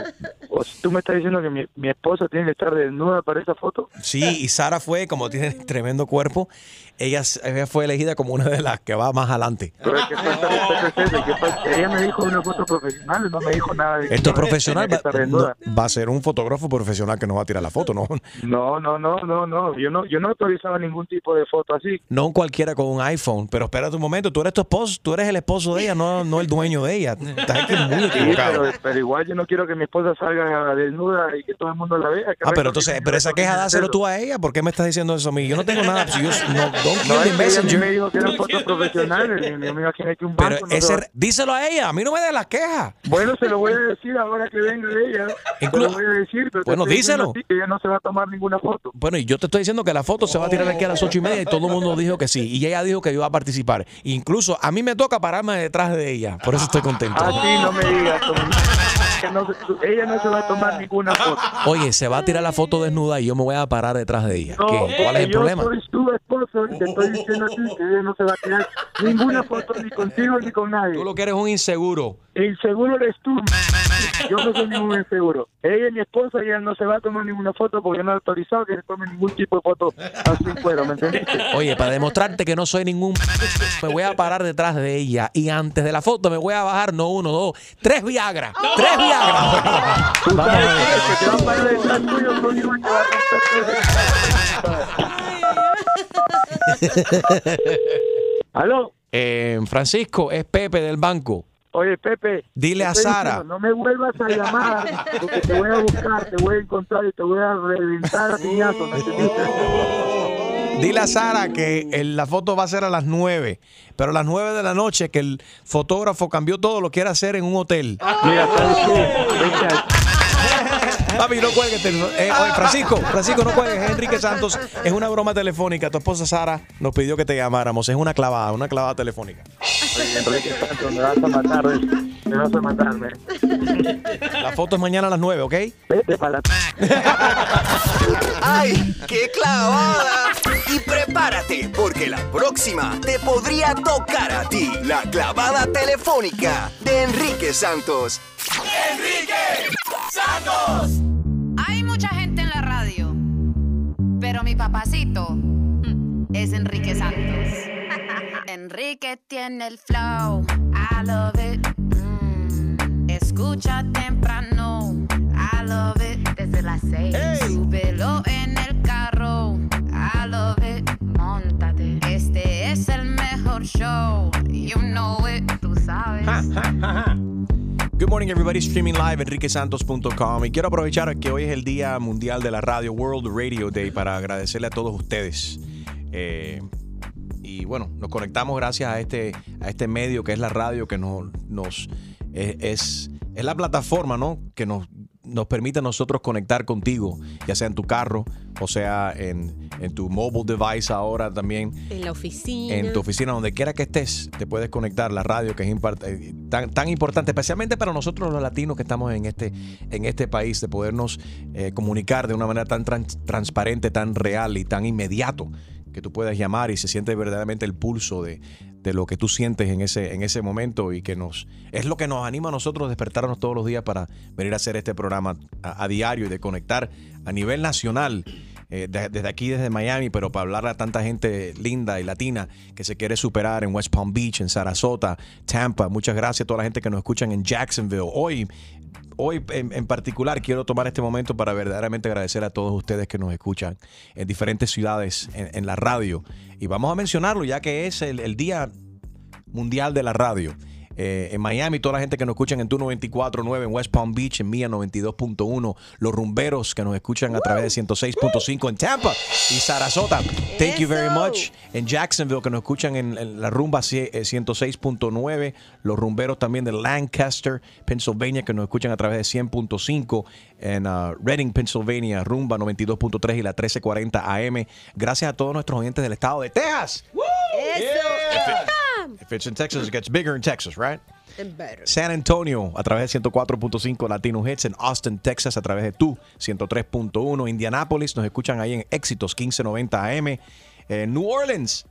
Speaker 15: o sea, tú me estás diciendo que mi, mi esposa tiene que estar desnuda para esa foto.
Speaker 1: Sí, y Sara fue, como tiene tremendo cuerpo, ella, s- ella fue elegida como una de las que va más adelante.
Speaker 15: Pero ¿qué falta de respeto es ese? ¿Qué falta? Ella me dijo una foto profesional, no me dijo nada de que
Speaker 1: Esto
Speaker 15: tiene
Speaker 1: es profesional,
Speaker 15: que estar
Speaker 1: va,
Speaker 15: desnuda.
Speaker 1: no, va a ser un fotógrafo profesional que nos va a tirar la foto, no,
Speaker 15: No, no, no, no, no. Yo no, yo no autorizaba ningún tipo de foto así.
Speaker 1: no un cualquiera con un iPhone. Pero espérate un momento, tú eres tu esposo, tú eres el esposo de ella, no, no el dueño de ella. Estás aquí muy
Speaker 15: Sí,
Speaker 1: equivocado.
Speaker 15: pero, pero igual yo no quiero que mi esposa salga desnuda y que todo el mundo la vea. que
Speaker 1: Ah, pero
Speaker 15: reconozca
Speaker 1: entonces,
Speaker 15: mi
Speaker 1: pero esa queja
Speaker 15: reconocimiento.
Speaker 1: dáselo tú a ella, ¿por qué me estás diciendo eso a mí? Yo no tengo nada, si yo no, don't
Speaker 15: No,
Speaker 1: give me
Speaker 15: es que ella a mí
Speaker 1: messenger.
Speaker 15: me dijo que eran fotos profesionales. Mi amigo tiene que un
Speaker 1: Pero
Speaker 15: banco no se va-
Speaker 1: ese, díselo a ella, a mí no me des las quejas.
Speaker 15: Bueno, se lo voy a decir ahora que venga ella. Se lo
Speaker 1: Inclu-
Speaker 15: voy a decir, pero te
Speaker 1: Bueno,
Speaker 15: estoy diciendo
Speaker 1: díselo.
Speaker 15: a ti que ella no se va a tomar ninguna foto.
Speaker 1: Bueno, y yo te estoy diciendo que la foto se va a tirar aquí a las ocho y media y todo el mundo dijo que sí. Y ella dijo que iba a participar. Incluso a mí me toca pararme detrás de ella. Por eso estoy contento.
Speaker 15: Así Ah, no me digas. Tommy. Que no se- tú- ella no se va a tomar ninguna foto.
Speaker 1: Oye, se va a tirar la foto desnuda y yo me voy a parar detrás de ella.
Speaker 15: No,
Speaker 1: ¿Qué? ¿Cuál es el
Speaker 15: yo
Speaker 1: problema?
Speaker 15: soy tu esposo y te estoy diciendo a ti que ella no se va a tirar ninguna foto ni contigo ni con nadie. Tú
Speaker 1: lo que eres un inseguro.
Speaker 15: Inseguro eres tú. Yo no soy ningún inseguro. Ella es mi esposa y ella no se va a tomar ninguna foto porque yo no he autorizado que se tome ningún tipo de foto así fuera, ¿me entendiste?
Speaker 1: Oye, para demostrarte que no soy ningún... Me voy a parar detrás de ella y antes de la foto me voy a bajar, no uno, dos, tres Viagra. Tres Viagra. Vamos a ver.
Speaker 15: Que te va a parar detrás tuyo, tú mismo te vas a romper todo. ¿Aló?
Speaker 1: Eh, Francisco, es Pepe del banco.
Speaker 15: Oye, Pepe.
Speaker 1: Dile
Speaker 15: te
Speaker 1: a
Speaker 15: estoy
Speaker 1: Sara.
Speaker 15: diciendo, no me vuelvas a llamar, porque te voy a buscar, te voy a encontrar y te voy a reventar a piñazo, ¿me entendiste?
Speaker 1: Dile a Sara que el- la foto va a ser a las 9, pero a las 9 de la noche que el fotógrafo cambió todo, lo quiere hacer en un hotel.
Speaker 15: Mira, ¿sabes qué? Vete al-
Speaker 1: Papi, no cuelgues. te- eh, oye, Francisco, Francisco, no cuelgues. es Enrique Santos es una broma telefónica. Tu esposa Sara nos pidió que te llamáramos. Es una clavada, una clavada telefónica.
Speaker 15: Oye, Enrique Santos, me vas a matar, ¿ves? me vas a matar, ¿ves?
Speaker 1: La foto es mañana a las 9, ¿ok?
Speaker 15: Vete para la...
Speaker 8: ¡Ay, qué clavada! Y prepárate, porque la próxima te podría tocar a ti la clavada telefónica de Enrique Santos.
Speaker 11: Enrique Santos.
Speaker 16: Hay mucha gente en la radio, pero mi papacito mm, es Enrique Santos. Enrique tiene el flow. I love it. Mm. Escucha temprano. I love it. Desde las seis. Súbelo en el carro. I love it. Montate. Este es el mejor show. You know it. Tú sabes.
Speaker 1: Good morning, everybody. Streaming live enriquesantos.com. Y quiero aprovechar que hoy es el Día Mundial de la Radio, World Radio Day, para agradecerle a todos ustedes. Eh, y bueno, nos conectamos gracias a este, a este medio que es la radio, que nos, nos eh, es, es la plataforma ¿no? que nos, nos permite a nosotros conectar contigo, ya sea en tu carro, o sea en, en tu mobile device ahora también.
Speaker 2: En la oficina.
Speaker 1: En tu oficina, donde quiera que estés, te puedes conectar la radio, que es impar- eh, tan, tan importante, especialmente para nosotros los latinos que estamos en este, en este país, de podernos eh, comunicar de una manera tan trans- transparente, tan real y tan inmediato, que tú puedas llamar y se siente verdaderamente el pulso de, de lo que tú sientes en ese, en ese momento y que nos es lo que nos anima a nosotros a despertarnos todos los días para venir a hacer este programa a, a diario y de conectar a nivel nacional eh, de- desde aquí, desde Miami, pero para hablar a tanta gente linda y latina que se quiere superar en West Palm Beach, en Sarasota, Tampa. Muchas gracias a toda la gente que nos escuchan en Jacksonville. Hoy Hoy en, en particular quiero tomar este momento para verdaderamente agradecer a todos ustedes que nos escuchan en diferentes ciudades, en, en la radio. Y vamos a mencionarlo ya que es el, el Día Mundial de la Radio. Eh, en Miami, toda la gente que nos escuchan en tu 94.9, en West Palm Beach, en Mía 92.1, los rumberos que nos escuchan a través de 106.5 en Tampa y Sarasota. Thank you very much. En Jacksonville, que nos escuchan en, en la rumba cie- eh, 106.9, los rumberos también de Lancaster, Pennsylvania, que nos escuchan a través de 100.5, en uh, Reading, Pennsylvania, rumba 92.3 y la 1340 AM. Gracias a todos nuestros oyentes del estado de Texas. If it's in Texas, it gets bigger in Texas, right? San Antonio a través de 104.5 Latino Hits en Austin, Texas a través de tu 103.1 Indianapolis nos escuchan ahí en Éxitos 1590 AM Eh, New Orleans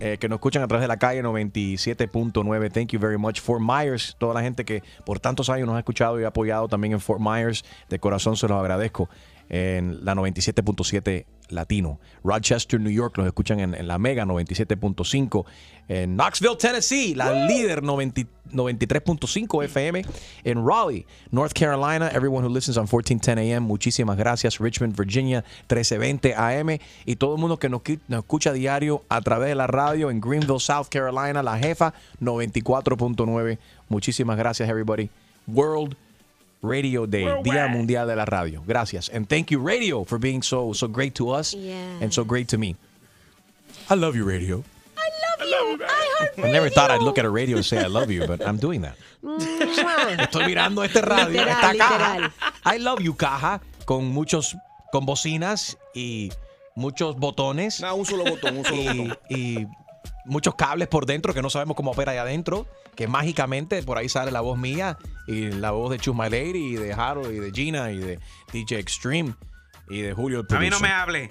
Speaker 1: eh, que nos escuchan a través de la calle 97.9 Thank you very much Fort Myers toda la gente que por tantos años nos ha escuchado y apoyado también en Fort Myers de corazón se los agradezco en la 97.7 Latino. Rochester, New York, los escuchan en, en la Mega 97.5. En Knoxville, Tennessee, la líder 90 93.5 FM. En Raleigh, North Carolina, everyone who listens on 1410 AM, muchísimas gracias. Richmond, Virginia, 1320 AM. Y todo el mundo que nos, qui- nos escucha diario a través de la radio en Greenville, South Carolina, la jefa 94.9. Muchísimas gracias, everybody. World Radio Day, Día Mundial de la Radio. Gracias. And thank you, radio, for being so so great to us and so great to me. I love you, radio.
Speaker 2: I love you. I heart
Speaker 1: I never thought I'd look at a radio and say I love you, but I'm doing that. Estoy mirando este radio,
Speaker 2: Literal,
Speaker 1: esta caja.
Speaker 2: literal.
Speaker 1: I love you, caja, con muchos, con bocinas y muchos botones.
Speaker 3: un solo botón, un solo
Speaker 1: y,
Speaker 3: botón.
Speaker 1: Y muchos cables por dentro que no sabemos cómo opera allá adentro, que mágicamente por ahí sale la voz mía y la voz de Chus My Lady y de Harold y de Gina y de DJ Extreme y de Julio. el
Speaker 6: A mí no
Speaker 1: producer.
Speaker 6: me hable.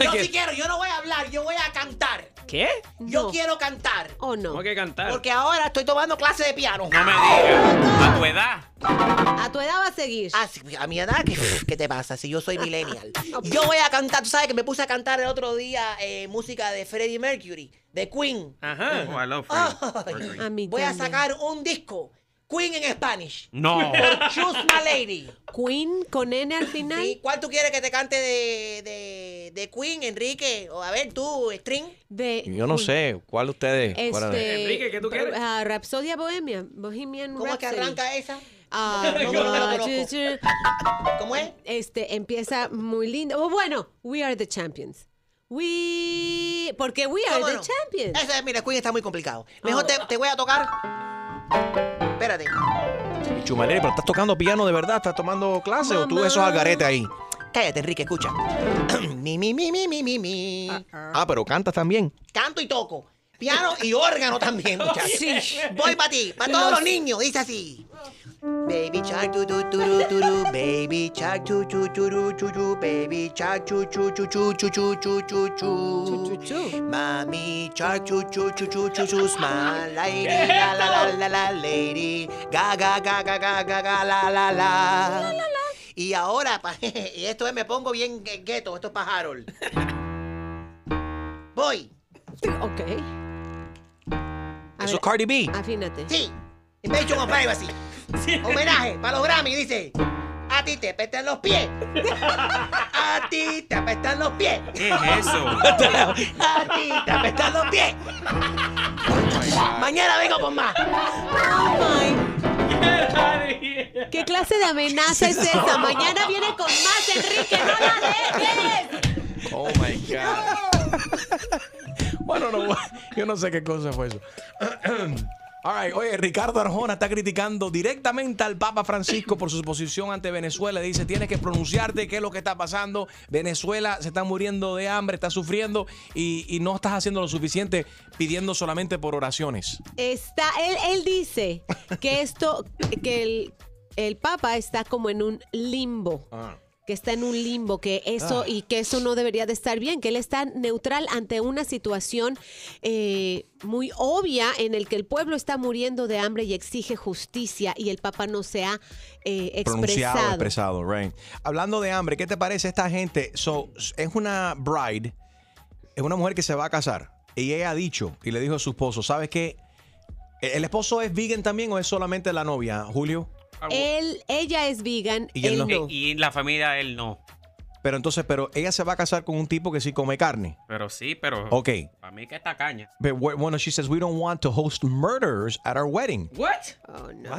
Speaker 4: Yo sí quiero, yo no voy a hablar, yo voy a cantar.
Speaker 5: ¿Qué?
Speaker 4: Yo quiero cantar.
Speaker 2: ¿O Oh, no?
Speaker 5: ¿Cómo que cantar?
Speaker 4: Porque ahora estoy tomando clase de piano.
Speaker 6: No me digas. A tu edad.
Speaker 2: A tu edad va a seguir.
Speaker 4: Ah, a mi edad, ¿qué, qué te pasa? Si yo soy millennial.
Speaker 2: pues.
Speaker 4: Yo voy a cantar, tú sabes que me puse a cantar el otro día eh, música de Freddie Mercury, de Queen.
Speaker 6: Ajá. Oh, I love
Speaker 1: Ah.
Speaker 4: Ay,
Speaker 6: Freddie.
Speaker 4: voy a sacar un disco, Queen en Spanish.
Speaker 6: No.
Speaker 4: Por Choose My Lady.
Speaker 2: Queen con N al final.
Speaker 4: Sí, ¿Cuál tú quieres que te cante de, de, de Queen, Enrique? O a ver, tú, String.
Speaker 2: De,
Speaker 1: Yo no sé cuál de ustedes. cuál de-
Speaker 2: Este,
Speaker 5: Enrique, ¿qué tú quieres?
Speaker 2: ah, Rapsodia Bohemia. Bohemian
Speaker 4: ¿Cómo es que
Speaker 2: Rhapsody.
Speaker 4: arranca esa?
Speaker 2: Ah,
Speaker 4: Yo no me la
Speaker 2: ah,
Speaker 4: conozco.
Speaker 2: chu, chu.
Speaker 4: ¿Cómo es?
Speaker 2: Este empieza muy lindo. Oh, bueno, we are the champions. We porque we are
Speaker 4: ¿Cómo
Speaker 2: the
Speaker 4: no?
Speaker 2: champions.
Speaker 4: Esa, mira, Queen está muy complicado. Mejor te, te voy a tocar. Espérate.
Speaker 1: Chumalere, pero estás tocando piano de verdad, estás tomando clase o tú esos algaretes ahí.
Speaker 4: Cállate, Enrique, escucha. mi, mi, mi, mi, mi, mi, mi.
Speaker 1: Ah, pero cantas también.
Speaker 4: Canto y toco. Piano y órgano también, muchachos. Voy para ti, para todos los niños, dice así. Baby shark tu tu tu tu tu tu, baby shark tu tu tu tu tu tu, baby shark tu tu tu tu tu tu tu tu tu. Mami shark tu tu tu tu tu tu, my lady, la la la la la lady, ga ga ga ga ga ga ga la la la. Y ahora, pa- y esto es, me pongo bien gue- gueto, esto es para
Speaker 2: Ah,
Speaker 4: Harold. Voy.
Speaker 2: Ok.
Speaker 1: eso es Cardi B.
Speaker 2: Afínate.
Speaker 4: Sí. Invasion of Privacy. Homenaje para los Grammy, dice. A ti te apestan los pies. A ti te apestan los pies.
Speaker 6: ¿Qué es eso?
Speaker 4: A ti te apestan los pies. Mañana vengo por más.
Speaker 2: Oh, ¿Qué clase de amenaza es esa? Mañana viene con más, Enrique, no la dejes.
Speaker 3: Oh my God.
Speaker 1: Bueno, no, yo no sé qué cosa fue eso. All right, oye, Ricardo Arjona está criticando directamente al Papa Francisco por su posición ante Venezuela. Dice, tienes que pronunciarte qué es lo que está pasando. Venezuela se está muriendo de hambre, está sufriendo y, y no estás haciendo lo suficiente pidiendo solamente por oraciones.
Speaker 2: Está, él, él dice que esto, que el, el Papa está como en un limbo.
Speaker 1: Ah.
Speaker 2: que está en un limbo, que eso
Speaker 17: Ah.
Speaker 2: y que eso no debería de estar bien, que él está neutral ante una situación eh, muy obvia en el que el pueblo está muriendo de hambre y exige justicia y el Papa no se ha eh,
Speaker 1: Pronunciado,
Speaker 2: expresado.
Speaker 1: expresado, right. Hablando de hambre, ¿qué te parece esta gente? So, es una bride, es una mujer que se va a casar. Y ella ha dicho, y le dijo a su esposo, ¿sabes qué? ¿E-, ¿El esposo es vegan también o es solamente la novia, Julio?
Speaker 2: Él, ella es vegan,
Speaker 1: Y él
Speaker 2: él
Speaker 1: no.
Speaker 2: no.
Speaker 6: Y la familia él no.
Speaker 1: Pero entonces, pero ella se va a casar con un tipo que sí come carne.
Speaker 6: Pero sí, pero.
Speaker 1: Ok.
Speaker 6: Para mí que está caña.
Speaker 1: But wh- bueno, she says we don't want to host murderers at our wedding.
Speaker 6: What?
Speaker 2: Oh, no.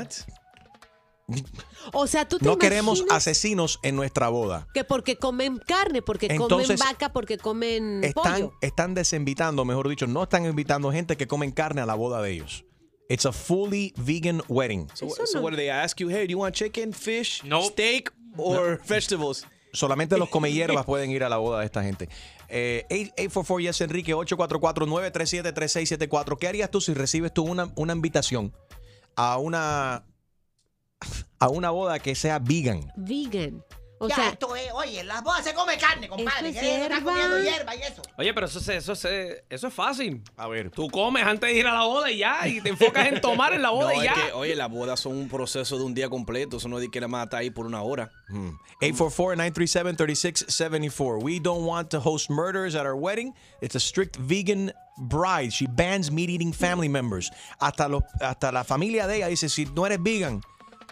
Speaker 2: O
Speaker 1: O
Speaker 2: sea, tú te
Speaker 1: no queremos
Speaker 2: imaginas
Speaker 1: asesinos en nuestra boda.
Speaker 2: que porque comen carne, porque comen
Speaker 1: Entonces,
Speaker 2: vaca, porque comen
Speaker 1: Están,
Speaker 2: pollo.
Speaker 1: están desinvitando, mejor dicho, no están invitando gente que comen carne a la boda de ellos. It's a fully vegan wedding.
Speaker 3: So, eh, so what do they ask you? Hey, do you want chicken, fish, steak, or vegetables?
Speaker 1: Solamente
Speaker 3: eh,
Speaker 1: los come hierbas pueden ir a la boda de esta gente. Eh, 844 yes Enrique 844-937-3674. ¿Qué harías tú si recibes tú una, una invitación a una a una boda que sea vegan?
Speaker 2: Vegan.
Speaker 4: O sea, esto es, oye, las bodas se come carne, compadre.
Speaker 2: Eso es
Speaker 4: que están
Speaker 2: hierba.
Speaker 4: comiendo hierba y eso.
Speaker 5: Oye, pero eso, se- eso, se- eso es fácil.
Speaker 1: A ver.
Speaker 5: Tú comes antes de ir a la boda y ya, y te enfocas en tomar en la boda
Speaker 3: No,
Speaker 5: y ya.
Speaker 3: es que, oye, las bodas son un proceso de un día completo. Eso no es de que nada más está ahí por una hora.
Speaker 1: Hmm. 844-937-3674. We don't want to host murders at our wedding. It's a strict vegan bride. She bans meat-eating family members. Hasta, los, hasta la familia de ella dice, si no eres vegan,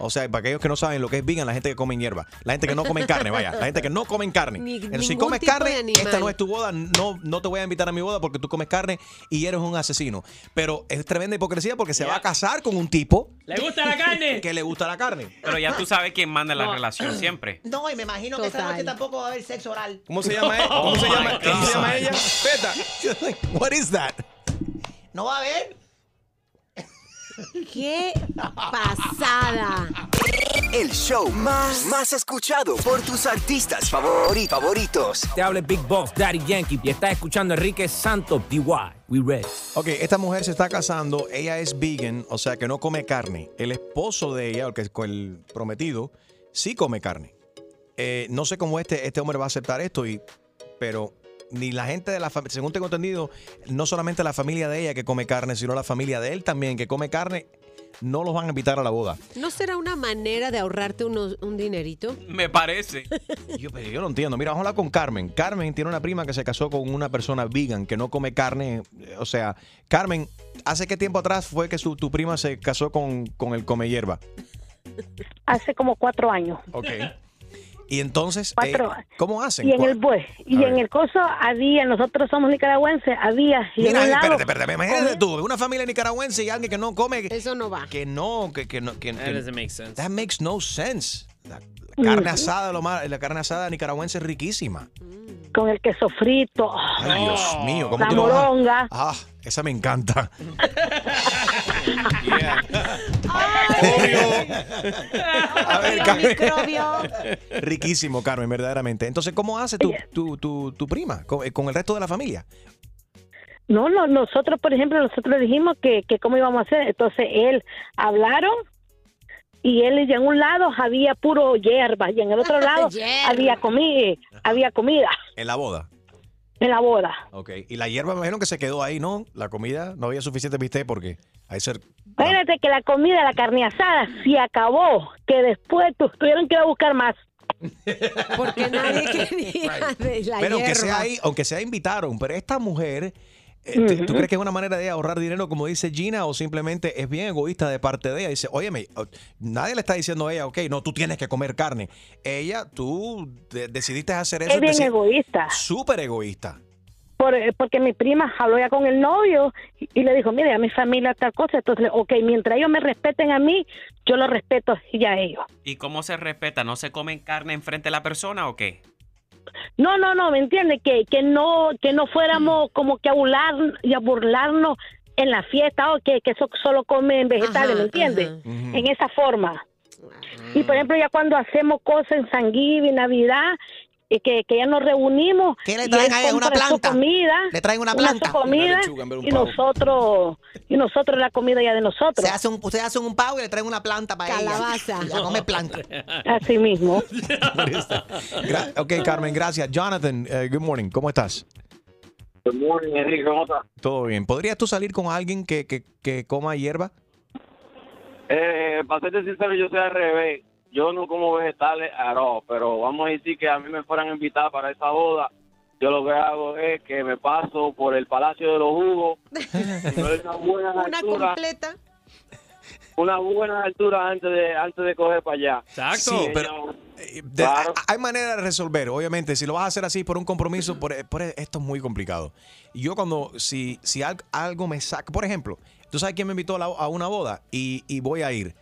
Speaker 1: o sea, para aquellos que no saben lo que es vegan, la gente que come hierba, la gente que no come carne, vaya, la gente que no come carne.
Speaker 2: Ni-
Speaker 1: Entonces, si
Speaker 2: ningún
Speaker 1: comes
Speaker 2: tipo de
Speaker 1: carne,
Speaker 2: animal.
Speaker 1: esta no es tu boda, no, no te voy a invitar a mi boda porque tú comes carne y eres un asesino. Pero es tremenda hipocresía porque se va a casar con un tipo
Speaker 5: ¿Le gusta la carne?
Speaker 1: que le gusta la carne.
Speaker 6: Pero ya tú sabes quién manda la relación siempre.
Speaker 4: No, y me imagino que esa
Speaker 2: Total. Oh,
Speaker 4: noche tampoco va a haber sexo oral.
Speaker 3: ¿Cómo se llama él? ¿Cómo
Speaker 5: Oh
Speaker 3: se llama, e- cómo se llama ella? Peta.
Speaker 1: What is that?
Speaker 4: ¿No va a haber?
Speaker 2: ¡Qué pasada!
Speaker 8: El show más, más escuchado por tus artistas favori- favoritos.
Speaker 18: Te habla el Big Boss, Daddy Yankee, y estás escuchando a Enrique Santos, DY. We ready.
Speaker 1: Ok, esta mujer se está casando, ella es vegan, o sea que no come carne. El esposo de ella, el, que- el prometido, sí come carne. Eh, no sé cómo este, este hombre va a aceptar esto, y, pero ni la gente de la familia, según tengo entendido, no solamente la familia de ella que come carne, sino la familia de él también que come carne, no los van a invitar a la boda.
Speaker 2: ¿No será una manera de ahorrarte unos- un dinerito?
Speaker 6: Me parece.
Speaker 1: Yo, pero yo no entiendo. Mira, vamos a hablar con Carmen. Carmen tiene una prima que se casó con una persona vegan que no come carne. Eh, O sea, Carmen, ¿hace qué tiempo atrás fue que su- tu prima se casó con, con el come hierba?
Speaker 19: hace como cuatro años.
Speaker 1: Ok. Y entonces, eh,
Speaker 19: Cuatro.
Speaker 1: ¿cómo hacen?
Speaker 19: Y en
Speaker 1: Cua-
Speaker 19: el bue, y en el coso había, nosotros somos nicaragüenses, había y
Speaker 1: Mira,
Speaker 19: en
Speaker 1: eh,
Speaker 19: un lado
Speaker 1: espérate, espérate, imagínate tú, una familia nicaragüense y alguien que no come.
Speaker 2: Eso no va.
Speaker 1: Que no, que, que no. Que,
Speaker 5: That
Speaker 1: que-
Speaker 5: doesn't make sense.
Speaker 1: That makes no sense. La, la carne
Speaker 19: Mm.
Speaker 1: asada, lo más, la carne asada nicaragüense es riquísima.
Speaker 19: mm, con el queso frito,
Speaker 1: Ay, Dios mío, ¿cómo
Speaker 19: la
Speaker 1: tú no vas a-
Speaker 19: moronga.
Speaker 1: Ah, esa me encanta. A ver, Carmen. Riquísimo, Carmen, verdaderamente. Entonces, ¿cómo hace tu, tu, tu, tu prima con, eh, con el resto de la familia?
Speaker 19: No, no, nosotros, por ejemplo, nosotros dijimos que, que cómo íbamos a hacer. Entonces él hablaron y él y en un lado había puro hierba y en el otro lado había comida, había comida
Speaker 1: En la boda.
Speaker 19: en la boda.
Speaker 1: Ok. Y la hierba, me imagino que se quedó ahí, ¿no? La comida, no había suficiente viste porque ahí ser.
Speaker 19: Imagínate que la comida, la carne asada, se acabó, que después tu- tuvieron que ir a buscar más.
Speaker 2: Porque nadie quería de la
Speaker 1: pero aunque
Speaker 2: hierba.
Speaker 1: sea ahí, aunque sea invitaron, pero esta mujer Eh, ¿Tú tú crees que es una manera de ahorrar dinero, como dice Gina, o simplemente es bien egoísta de parte de ella? Dice, óyeme, o- nadie le está diciendo a ella, ok, no, tú tienes que comer carne. Ella, tú de- decidiste hacer eso.
Speaker 19: Es bien
Speaker 1: deci-
Speaker 19: egoísta.
Speaker 1: Súper egoísta.
Speaker 19: Por- eh, porque mi prima habló ya con el novio y, y le dijo, mire, a mi familia tal cosa. Entonces, le- ok, mientras ellos me respeten a mí, yo los respeto y a ellos.
Speaker 6: ¿Y cómo se respeta? ¿No se comen carne enfrente de la persona o qué?
Speaker 19: No, no, no, ¿me entiendes? Que, que, no, que no
Speaker 4: Mm.
Speaker 19: fuéramos como que a, burlar, y a burlarnos en la fiesta o que, que eso solo comen vegetales, ¿me entiendes?
Speaker 11: Ujú.
Speaker 19: En esa forma. Y por ejemplo, ya cuando hacemos cosas en Sanguí, Navidad, eh, que, que ya nos reunimos.
Speaker 4: ¿Qué le
Speaker 19: y
Speaker 4: traen
Speaker 19: él
Speaker 4: a ella? ¿Una
Speaker 19: compra su
Speaker 4: planta?
Speaker 19: comida,
Speaker 4: ¿Le traen una
Speaker 19: su
Speaker 4: planta?
Speaker 19: comida,
Speaker 4: Una lechuga en vez de un
Speaker 19: y
Speaker 4: pavo.
Speaker 19: nosotros, y nosotros la comida ya de
Speaker 4: Se
Speaker 19: nosotros.
Speaker 4: hace un, ustedes hacen un pavo y le traen una planta para
Speaker 19: Calabaza.
Speaker 4: ella. Ya come planta.
Speaker 19: Así mismo.
Speaker 1: Gra- ok, Carmen, gracias. Jonathan, eh, good morning. ¿Cómo estás?
Speaker 12: Good morning, Enrique, ¿cómo estás?
Speaker 1: Todo bien. ¿Podrías tú salir con alguien que, que- que coma hierba?
Speaker 12: Eh, para serte sincero, yo soy al revés. Yo no como vegetales, arroz, pero vamos a decir que a mí me fueran a invitar para esa boda. Yo lo que hago es que me paso por el Palacio de los Jugos. y me doy una buena
Speaker 2: Una
Speaker 12: altura,
Speaker 2: completa.
Speaker 12: una buena altura antes de antes de coger para allá.
Speaker 1: Exacto. Sí, pero- De- Hay manera de resolver, obviamente. Si lo vas a hacer así por un compromiso, por, por- esto es muy complicado. Yo cuando, si, si al- algo me saca, por ejemplo, tú sabes quién me invitó a, la- a una boda y, y voy a ir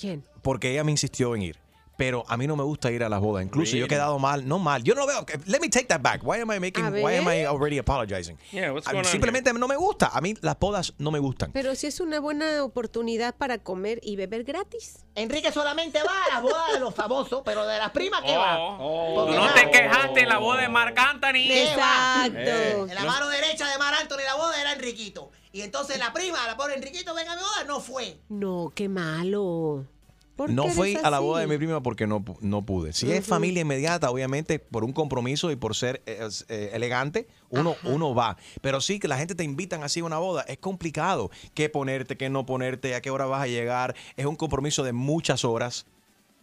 Speaker 2: ¿Quién?
Speaker 1: porque ella me insistió en ir. Pero a mí no me gusta ir a las bodas. Incluso yo he quedado mal, no mal. Yo no lo veo. Let me take that back. Why am I making,
Speaker 2: A ver.
Speaker 1: why am I already apologizing?
Speaker 5: Yeah, what's
Speaker 1: A-
Speaker 5: going on
Speaker 1: Simplemente no me gusta. A mí las bodas no me gustan.
Speaker 2: Pero si es una buena oportunidad para comer y beber gratis.
Speaker 4: Enrique solamente va a las bodas de los famosos, pero de las primas
Speaker 6: Oh.
Speaker 4: que Ah, va.
Speaker 6: Tú
Speaker 4: Porque
Speaker 6: no
Speaker 4: va-
Speaker 6: te quejaste en la voz de Marc Anthony.
Speaker 4: ¿Qué va?
Speaker 6: Eh,
Speaker 4: En la mano derecha de Mar Anthony la boda era Enriquito. Y entonces la prima, la pobre Enriquito, venga a mi boda, no fue.
Speaker 2: No, qué malo. ¿Por
Speaker 1: No
Speaker 2: qué
Speaker 1: fui
Speaker 2: eres
Speaker 1: a la boda de
Speaker 2: así?
Speaker 1: mi prima porque no, pu- no pude. Si es
Speaker 2: Ujú.
Speaker 1: familia inmediata, obviamente, por un compromiso y por ser eh, es, eh, elegante, uno, uno va. Pero sí que la gente te invitan así a una boda, es complicado. ¿Qué ponerte, qué no ponerte, a qué hora vas a llegar? Es un compromiso de muchas horas.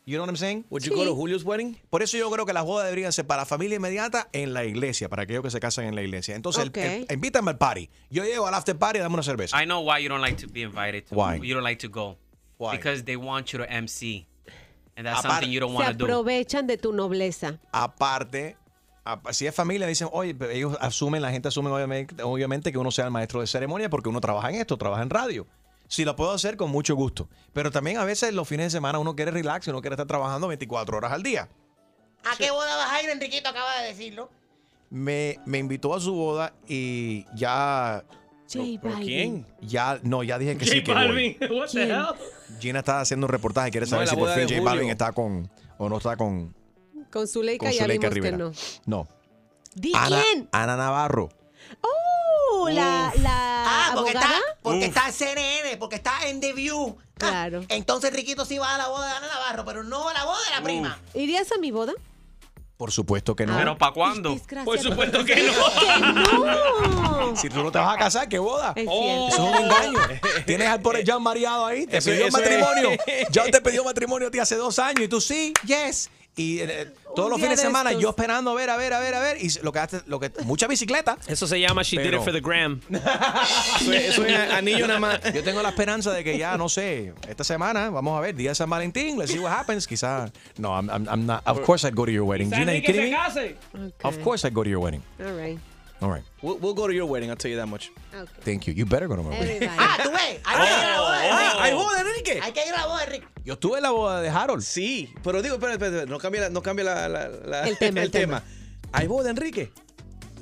Speaker 1: You know what I'm saying?
Speaker 3: Would you go to Julio's wedding?
Speaker 1: Por eso yo creo que las bodas deberían ser para familia inmediata en la iglesia, para aquellos que se casan en la iglesia. Entonces, el-
Speaker 6: Ok.
Speaker 1: el- invítame al party. Yo llego al after party, dame una cerveza.
Speaker 6: I know why you don't like to be invited. To,
Speaker 1: Why?
Speaker 6: You don't like to go.
Speaker 1: Why?
Speaker 6: Because they want you to MC. And that's
Speaker 1: Aparte-
Speaker 6: something you don't
Speaker 2: Se
Speaker 6: want to do.
Speaker 2: aprovechan de tu nobleza.
Speaker 1: Aparte, apa- si es familia, dicen, oye, pero ellos asumen, la gente asume obviamente, obviamente que uno sea el maestro de ceremonia porque uno trabaja en esto, trabaja en radio. Si lo puedo hacer, con mucho gusto. Pero también a veces los fines de semana uno quiere relax y uno quiere estar trabajando 24 horas al día.
Speaker 4: ¿A qué boda vas a ir, Enriquito? Acaba de decirlo.
Speaker 1: Me, me invitó a su boda y ya...
Speaker 4: ¿Pero Balvin. quién?
Speaker 1: Ya, no, ya dije que
Speaker 5: J
Speaker 1: sí que voy.
Speaker 5: Balvin, what the
Speaker 4: ¿Quién?
Speaker 5: hell?
Speaker 1: Gina está haciendo un reportaje, quiere
Speaker 3: No,
Speaker 1: saber
Speaker 3: la
Speaker 1: si por
Speaker 3: boda
Speaker 1: fin
Speaker 3: de
Speaker 1: J Balvin
Speaker 3: Julio.
Speaker 1: está con o no está con,
Speaker 2: Con Zuleika
Speaker 1: con
Speaker 2: ya
Speaker 1: Zuleika
Speaker 2: vimos
Speaker 1: Rivera.
Speaker 2: que no.
Speaker 1: No.
Speaker 2: ¿Di
Speaker 1: Ana,
Speaker 2: quién?
Speaker 1: Ana Navarro.
Speaker 2: ¡Oh! La, la
Speaker 4: Ah, porque
Speaker 2: abogada.
Speaker 4: está, porque
Speaker 1: Uf.
Speaker 4: está en CNN, porque está en The View. Ah,
Speaker 2: Claro.
Speaker 4: entonces Enriquito sí va a la boda de Ana Navarro, pero no a la boda de la prima.
Speaker 2: ¿Irías a mi boda?
Speaker 1: Por supuesto que no.
Speaker 6: Pero ¿para cuándo?
Speaker 2: Por
Speaker 6: supuesto que no.
Speaker 1: Si tú no te vas a casar, ¿qué boda?
Speaker 2: Es
Speaker 1: Oh,
Speaker 2: cierto.
Speaker 1: eso es un engaño. Tienes al pobre John mareado ahí. Te
Speaker 3: Eso-
Speaker 1: pidió
Speaker 3: eso es-
Speaker 1: matrimonio. John te pidió matrimonio a ti hace dos años y tú sí, yes. Y eh, todos
Speaker 3: Un
Speaker 1: los
Speaker 3: día
Speaker 1: fines de
Speaker 3: de
Speaker 1: semana
Speaker 3: estos.
Speaker 1: yo esperando a ver, a ver, a ver, a ver. Y lo que hace, lo que, mucha bicicleta.
Speaker 5: Eso se llama She Did It
Speaker 1: Pero-
Speaker 5: for the Gram.
Speaker 1: Eso
Speaker 3: es- eso es anillo nada más.
Speaker 1: Yo tengo la esperanza de que ya, no sé, esta semana, vamos a ver, día de San Valentín, let's see what happens. Quizás, no, I'm, I'm- I'm not, of course I'd go to your wedding. Gina, you
Speaker 5: Enrique
Speaker 1: kidding
Speaker 5: se
Speaker 1: me?
Speaker 5: case.
Speaker 1: Of course I'd go to your wedding.
Speaker 2: All right.
Speaker 1: All right,
Speaker 3: We'll, we'll go to your wedding, I'll tell you that much.
Speaker 1: thank you. You better go to my wedding.
Speaker 4: Ah, tú ves. Hay que ir a la boda de
Speaker 3: Ah,
Speaker 4: Enrique.
Speaker 3: hay boda, Enrique.
Speaker 4: Hay que ir a la boda de Enrique.
Speaker 1: Yo estuve en la boda de Harold.
Speaker 3: Sí, pero digo, espera, espera, espera, no cambia, la- no cambia la, la- la-
Speaker 2: El tema, el tema.
Speaker 3: Hay boda, Enrique.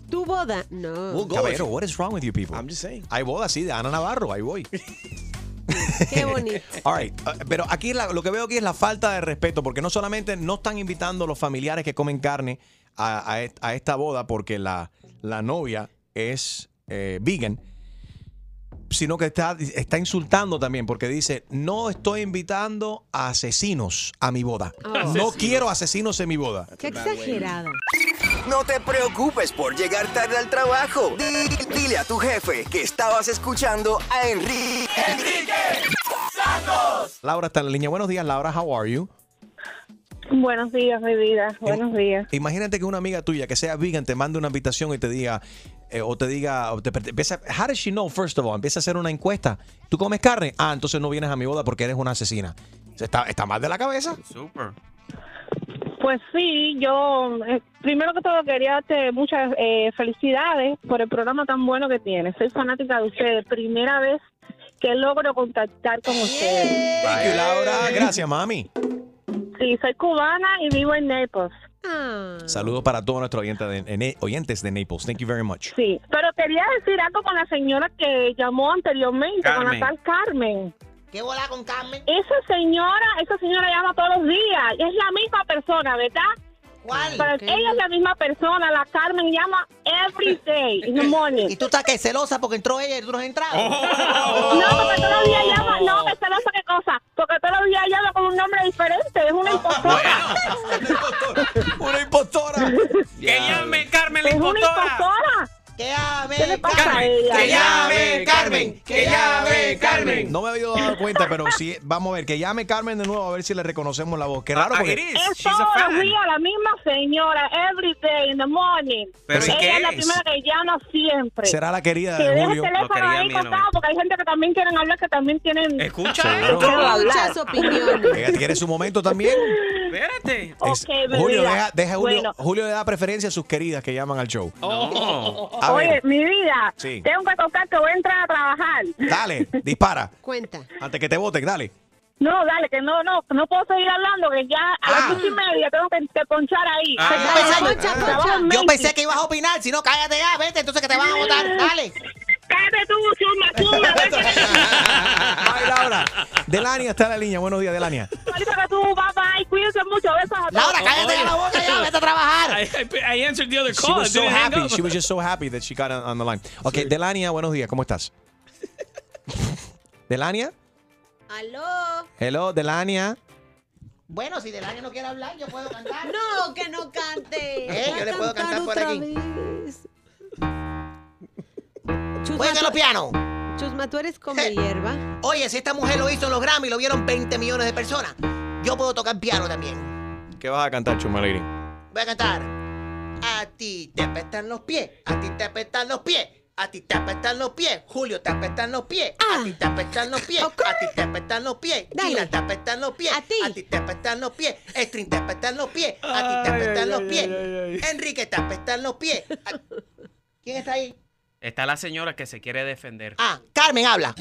Speaker 2: ¿Tu boda? No.
Speaker 3: We'll go.
Speaker 1: Caballero, what is wrong with you people? I'm
Speaker 3: just saying.
Speaker 1: Hay boda, sí, de Ana Navarro, ahí voy.
Speaker 2: Qué bonito.
Speaker 1: All right. uh, Pero aquí la- lo que veo aquí es la falta de respeto, porque no solamente no están invitando los familiares que comen carne a, a est- a esta boda porque la, la novia es eh, vegan, sino que está, está insultando también, porque dice, no estoy invitando a asesinos a mi boda.
Speaker 2: Ah.
Speaker 8: Oh.
Speaker 1: No
Speaker 8: Asesinos.
Speaker 1: quiero asesinos en mi boda.
Speaker 8: Qué exagerada. No te preocupes por llegar tarde al trabajo. Di- dile a tu jefe que estabas escuchando a Enrique.
Speaker 1: Laura está en la línea. Buenos días, Laura. How are you?
Speaker 20: Buenos días, mi vida. Buenos días.
Speaker 1: Imagínate que una amiga tuya que sea vegan te manda una invitación y te diga, eh, o te diga, o te, te empieza, how does she know, first of all? Empieza a hacer una encuesta. ¿Tú comes carne? Ah, entonces no vienes a mi boda porque eres una asesina. Está, está mal de la cabeza.
Speaker 6: Super.
Speaker 20: Pues sí, yo eh, primero que todo quería darte muchas eh, felicidades por el programa tan bueno que tienes. Soy fanática de ustedes. Primera vez que logro contactar con ustedes.
Speaker 1: Thank you, Laura. Gracias, mami.
Speaker 20: Sí, soy cubana y vivo en Naples.
Speaker 5: Ah.
Speaker 1: Saludos para todos nuestros oyentes de, en- oyentes de Naples. Thank you very much.
Speaker 20: Sí, pero quería decir algo con la señora que llamó anteriormente, con
Speaker 1: Carmen.
Speaker 20: la tal Carmen.
Speaker 4: ¿Qué bola con Carmen?
Speaker 20: Esa señora, esa señora llama todos los días. Es la misma persona, ¿verdad?
Speaker 4: ¿Cuál?
Speaker 20: Pero ella es la misma persona. La Carmen llama every day in the morning.
Speaker 4: ¿Y tú estás que celosa porque entró ella y tú no has entrado?
Speaker 20: No, porque todos los días llama. No, que celosa qué cosa. Porque todos los días llama con un nombre diferente. Es una impostora.
Speaker 1: una impostora.
Speaker 6: Que llame Carmen la
Speaker 20: es una
Speaker 6: impostora.
Speaker 20: impostora.
Speaker 4: Que llame
Speaker 6: Carmen, que llame Carmen, que llame Carmen.
Speaker 1: No me había dado cuenta, pero sí, vamos a ver, que llame Carmen de nuevo a ver si le reconocemos la voz. Qué raro
Speaker 6: Ah,
Speaker 1: porque...
Speaker 6: Iris,
Speaker 20: Es todos los días la misma señora, every day in the morning.
Speaker 1: Pero ¿y
Speaker 20: ella
Speaker 1: qué
Speaker 20: es la
Speaker 1: es?
Speaker 20: primera que llama siempre.
Speaker 1: Será la querida
Speaker 20: que
Speaker 1: de
Speaker 20: deje
Speaker 1: Julio.
Speaker 20: el teléfono
Speaker 1: Lo quería
Speaker 20: ahí
Speaker 1: mía,
Speaker 20: cortado, porque hay gente que también quieren hablar, que también tienen...
Speaker 1: Escucha,
Speaker 20: que quieren hablar.
Speaker 1: Ella tiene su momento también.
Speaker 6: Espérate.
Speaker 1: Es-
Speaker 20: Ok, mi
Speaker 1: Julio,
Speaker 20: vida.
Speaker 1: deja, deja a Julio,
Speaker 20: Bueno.
Speaker 1: Julio le da preferencia a sus queridas que llaman al show. A ver.
Speaker 20: Oye, mi vida,
Speaker 1: Sí.
Speaker 20: tengo que tocar que voy a entrar a trabajar.
Speaker 1: Dale, dispara.
Speaker 20: Cuenta.
Speaker 1: Antes que te voten, dale.
Speaker 20: No, dale, que no, no, no puedo seguir hablando, que ya a las ocho y media tengo que, que ponchar ahí.
Speaker 4: Ah.
Speaker 20: Porque
Speaker 4: Yo pensé-
Speaker 20: trabajo en Macy's.
Speaker 4: Yo pensé que ibas a opinar, si no, cállate ya, vete, entonces que te van a votar, dale.
Speaker 20: Mm. Cállate tú, suma, suma,
Speaker 1: Bye, Laura. Delania está en la línea. Buenos días, Delania.
Speaker 20: Ahorita que tú, bye bye, cuídense mucho, besos a todos.
Speaker 4: Laura, cállate ya la boca, ya, vete a trabajar.
Speaker 5: I, I answered the other
Speaker 1: She
Speaker 5: call.
Speaker 1: was
Speaker 5: I
Speaker 1: so
Speaker 5: didn't hang
Speaker 1: happy.
Speaker 5: up.
Speaker 1: She was just so happy that she got on, on the line. Okay, Delania, buenos días. ¿Cómo estás? Delania?
Speaker 4: Aló.
Speaker 1: Hello, Delania.
Speaker 4: Bueno, si Delania no quiere hablar, yo puedo cantar.
Speaker 19: No, que no cante.
Speaker 4: Eh, yo le puedo cantar por aquí.
Speaker 2: Chusma,
Speaker 4: Juega los
Speaker 2: tú-
Speaker 4: pianos.
Speaker 2: Chusma, tú eres como hierba.
Speaker 4: Oye, si esta mujer lo hizo en los Grammy, lo vieron 20 millones de personas, yo puedo tocar piano también.
Speaker 1: ¿Qué vas a cantar, Chumaliri?
Speaker 4: Voy a cantar. A ti te apestan los pies, a ti te apestan los pies, a ti te apestan los pies, Julio te apestan los pies, a ti te apestan los
Speaker 6: Ah,
Speaker 4: pies, a ti te apestan los pies, Gina te apestan los pies, a ti, te apestan los pies, Estrin te apestan los pies, a ti te
Speaker 6: Ay,
Speaker 4: apestan
Speaker 6: ay,
Speaker 4: los
Speaker 6: ay,
Speaker 4: pies,
Speaker 6: ay, ay.
Speaker 4: Enrique te apestan los pies. A- ¿Quién está ahí?
Speaker 6: Está la señora que se quiere defender.
Speaker 4: Ah, Carmen habla.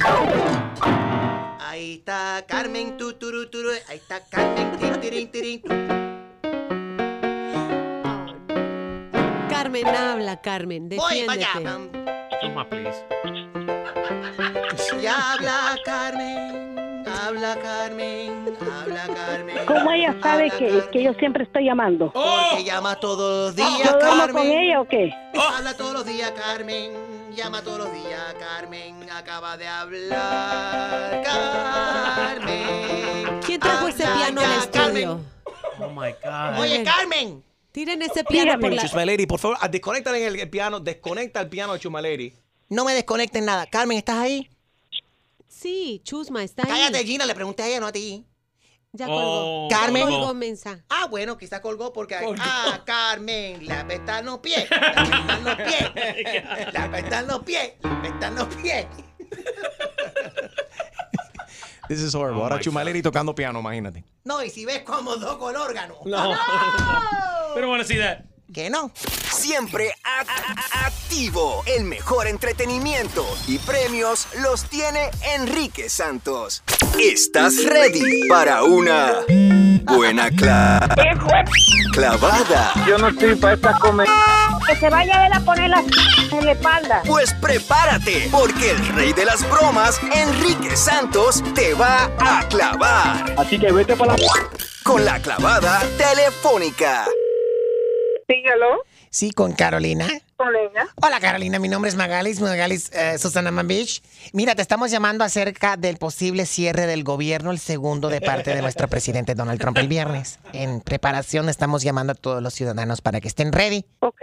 Speaker 4: Ahí está
Speaker 6: Mm.
Speaker 4: Carmen, tu, turu, turu, ahí está Carmen, tin, tirin, tirin, tu.
Speaker 2: Carmen, habla, Carmen.
Speaker 4: Voy para allá.
Speaker 2: Defiéndete.
Speaker 6: Chusma, please.
Speaker 4: Ya habla Carmen, habla Carmen, habla Carmen.
Speaker 19: ¿Cómo ella sabe que, que yo siempre estoy
Speaker 4: Oh,
Speaker 19: llamando?
Speaker 4: Porque llama todos los días,
Speaker 19: ¿Yo duermo Ah, con
Speaker 4: Carmen.
Speaker 19: ella o qué?
Speaker 4: Habla todos los días, Carmen. Llama todos los días, Carmen. Acaba de hablar, Carmen.
Speaker 2: ¿Quién trajo ese piano al estudio?
Speaker 6: Oh my God.
Speaker 4: Oye, Carmen.
Speaker 2: Tiren ese piano por la...
Speaker 1: Chumaliri, por favor, ah, desconéctale el, el piano. Desconecta el piano, Chumaliri.
Speaker 4: No me desconecten nada. Carmen, ¿estás ahí?
Speaker 2: Sí, Chusma, está ahí.
Speaker 4: Cállate, Gina, le pregunté a ella, no a ti.
Speaker 2: Ya colgó.
Speaker 4: Oh, Carmen.
Speaker 2: Ya colgó mensaje.
Speaker 4: Ah, bueno, quizás colgó porque. Ah, Carmen, la apestan los pies. La apestan los pies. La apestan los pies. La apestan los pies.
Speaker 1: This is horrible. Ahora Chumaliri tocando piano, imagínate.
Speaker 4: No, y si ves cómo toco el órgano.
Speaker 1: No.
Speaker 6: Pero bueno, sí, that.
Speaker 4: ¿Qué no?
Speaker 8: Siempre a- a- a- activo. El mejor entretenimiento y premios los tiene Enrique Santos. ¿Estás ready para una buena cla- clavada? Yo no estoy para esta comer.
Speaker 19: Que se vaya él a poner la en la espalda.
Speaker 8: Pues prepárate, porque el rey de las bromas, Enrique Santos, te va a clavar. Así que vete para la... Con la clavada telefónica.
Speaker 4: Síguelo. Sí, con Carolina. Hola Carolina, mi nombre es Magalis, Magalis eh, Susana Mambich. Mira, te estamos llamando acerca del posible cierre del gobierno, el segundo de parte de nuestro presidente Donald Trump el viernes. En preparación estamos llamando a todos los ciudadanos para que estén ready.
Speaker 19: Ok.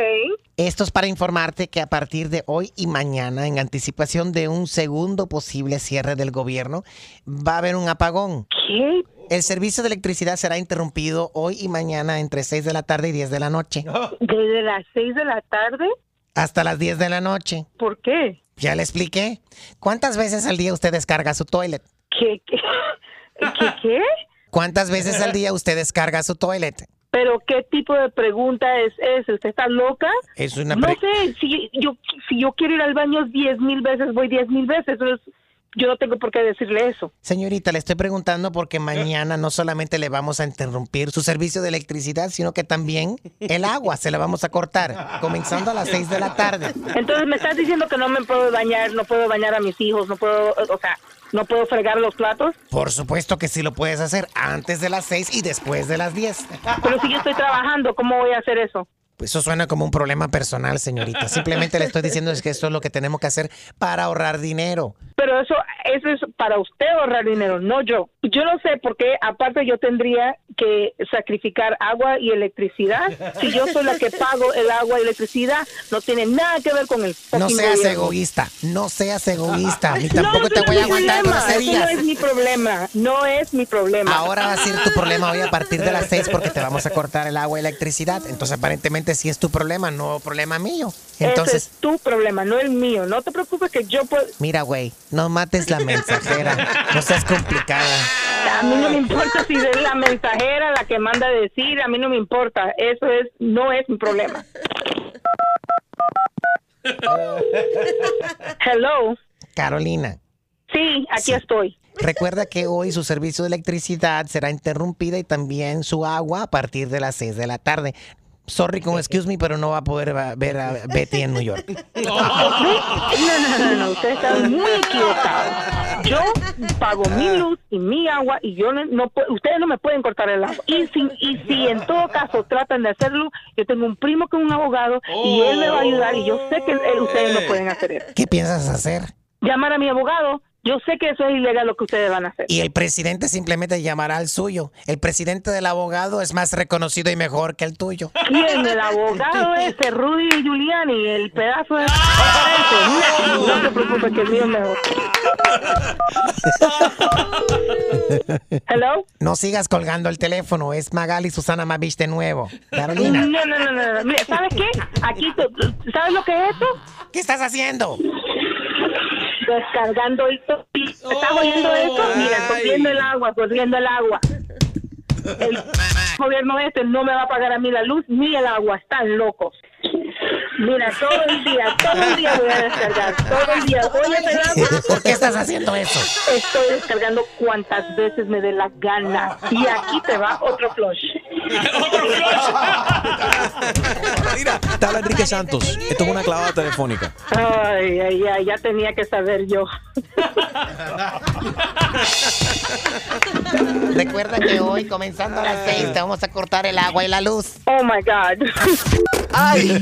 Speaker 4: Esto es para informarte que a partir de hoy y mañana, en anticipación de un segundo posible cierre del gobierno, va a haber un apagón.
Speaker 19: ¿Qué
Speaker 21: El servicio de electricidad será interrumpido hoy y mañana entre 6 de la tarde y 10 de la noche.
Speaker 17: Desde las 6 de la tarde.
Speaker 21: Hasta las 10 de la noche.
Speaker 17: ¿Por qué?
Speaker 21: Ya le expliqué. ¿Cuántas veces al día usted descarga su toilet?
Speaker 17: ¿Qué? ¿Qué? ¿Qué? qué?
Speaker 21: ¿Cuántas veces al día usted descarga su toilet?
Speaker 17: ¿Pero qué tipo de pregunta es esa? ¿Usted está loca?
Speaker 21: Es una
Speaker 17: No
Speaker 21: pre-
Speaker 17: sé, si yo, si yo quiero ir al baño 10 mil veces, voy 10 mil veces. Eso es- yo no tengo por qué decirle eso.
Speaker 21: Señorita, le estoy preguntando porque mañana no solamente le vamos a interrumpir su servicio de electricidad, sino que también el agua se la vamos a cortar, comenzando a las 6 de la tarde.
Speaker 17: Entonces me estás diciendo que no me puedo bañar, no puedo bañar a mis hijos, no puedo, o sea, no puedo fregar los platos.
Speaker 21: Por supuesto que sí lo puedes hacer antes de las 6 y después Pues de las 10.
Speaker 17: Pero si yo estoy trabajando, ¿cómo voy a hacer eso?
Speaker 21: Pues eso suena como un problema personal, señorita. Simplemente le estoy diciendo es que esto es lo que tenemos que hacer para ahorrar dinero.
Speaker 17: Pero eso, eso es para usted ahorrar dinero, no yo. Yo no sé por qué, aparte yo tendría que sacrificar agua y electricidad. Si yo soy la que pago el agua y electricidad, no tiene nada que ver con el
Speaker 21: No
Speaker 17: fucking
Speaker 21: seas
Speaker 17: gobierno.
Speaker 21: egoísta, no seas egoísta, ni
Speaker 17: No,
Speaker 21: tampoco
Speaker 17: no
Speaker 21: te
Speaker 17: es
Speaker 21: voy
Speaker 17: mi
Speaker 21: a aguantar
Speaker 17: problema, eso
Speaker 21: groserías.
Speaker 17: No es mi problema, no es mi problema.
Speaker 21: Ahora va a ser tu problema hoy a partir de las 6 porque te vamos a cortar el agua y electricidad. Entonces, aparentemente sí es tu problema, no problema mío.
Speaker 17: Entonces,
Speaker 21: Entonces,
Speaker 17: es tu problema, no el mío. No te preocupes que yo puedo...
Speaker 21: mira, güey, no mates la mensajera. No seas complicada.
Speaker 17: A mí no me importa si es la mensajera la que manda a decir, a mí no me importa. Eso es no es mi problema. Hello.
Speaker 21: Carolina,
Speaker 17: Sí, aquí estoy.
Speaker 21: recuerda que hoy su servicio de electricidad será interrumpida y también su agua a partir de las 6 de la tarde. Sorry con excuse me, pero no va a poder va- ver a Betty en New York.
Speaker 17: No, no, no, no, usted está muy equivocado. Yo pago mi luz y mi agua y yo no, no pu- ustedes no me pueden cortar el agua. Y si, y si en todo caso tratan de hacerlo, yo tengo un primo que es un abogado y él me va a ayudar y yo sé que él- ustedes no pueden hacer eso.
Speaker 21: ¿Qué piensas hacer?
Speaker 17: Llamar a mi abogado, yo sé que eso es ilegal lo que ustedes van a hacer.
Speaker 21: Y el presidente simplemente llamará al suyo. El presidente del abogado es más reconocido y mejor que el tuyo.
Speaker 17: ¿Quién? El abogado ese, Rudy Giuliani, el pedazo de... ese. No, no te preocupes que el mío es mejor. Hello.
Speaker 21: No sigas colgando el teléfono. Es Magali Susana Mavich de nuevo. Carolina.
Speaker 17: No, no, no, no, no. Mira, ¿sabes qué? Aquí, tú- ¿sabes lo que es esto?
Speaker 21: ¿Qué estás haciendo?
Speaker 17: Descargando esto. ¿Estás
Speaker 5: Oh,
Speaker 17: oyendo esto? Mira, corriendo el agua, corriendo el agua. El gobierno este no me va a pagar a mí la luz ni el agua. Están locos. Mira, todo el día, todo el día voy a descargar. Todo el día voy a descargar.
Speaker 21: ¿Por qué estás haciendo eso?
Speaker 17: Estoy descargando cuantas veces me dé la gana. Y aquí te va otro flush.
Speaker 1: Mira, te habla Enrique Santos. Esto es una clavada telefónica.
Speaker 17: Ay, ay, ay, ya tenía que saber yo.
Speaker 21: Recuerda que hoy, comenzando a las
Speaker 4: Ah.
Speaker 21: 6, te vamos a cortar el agua y la luz.
Speaker 17: Oh my God.
Speaker 8: ¡Ay,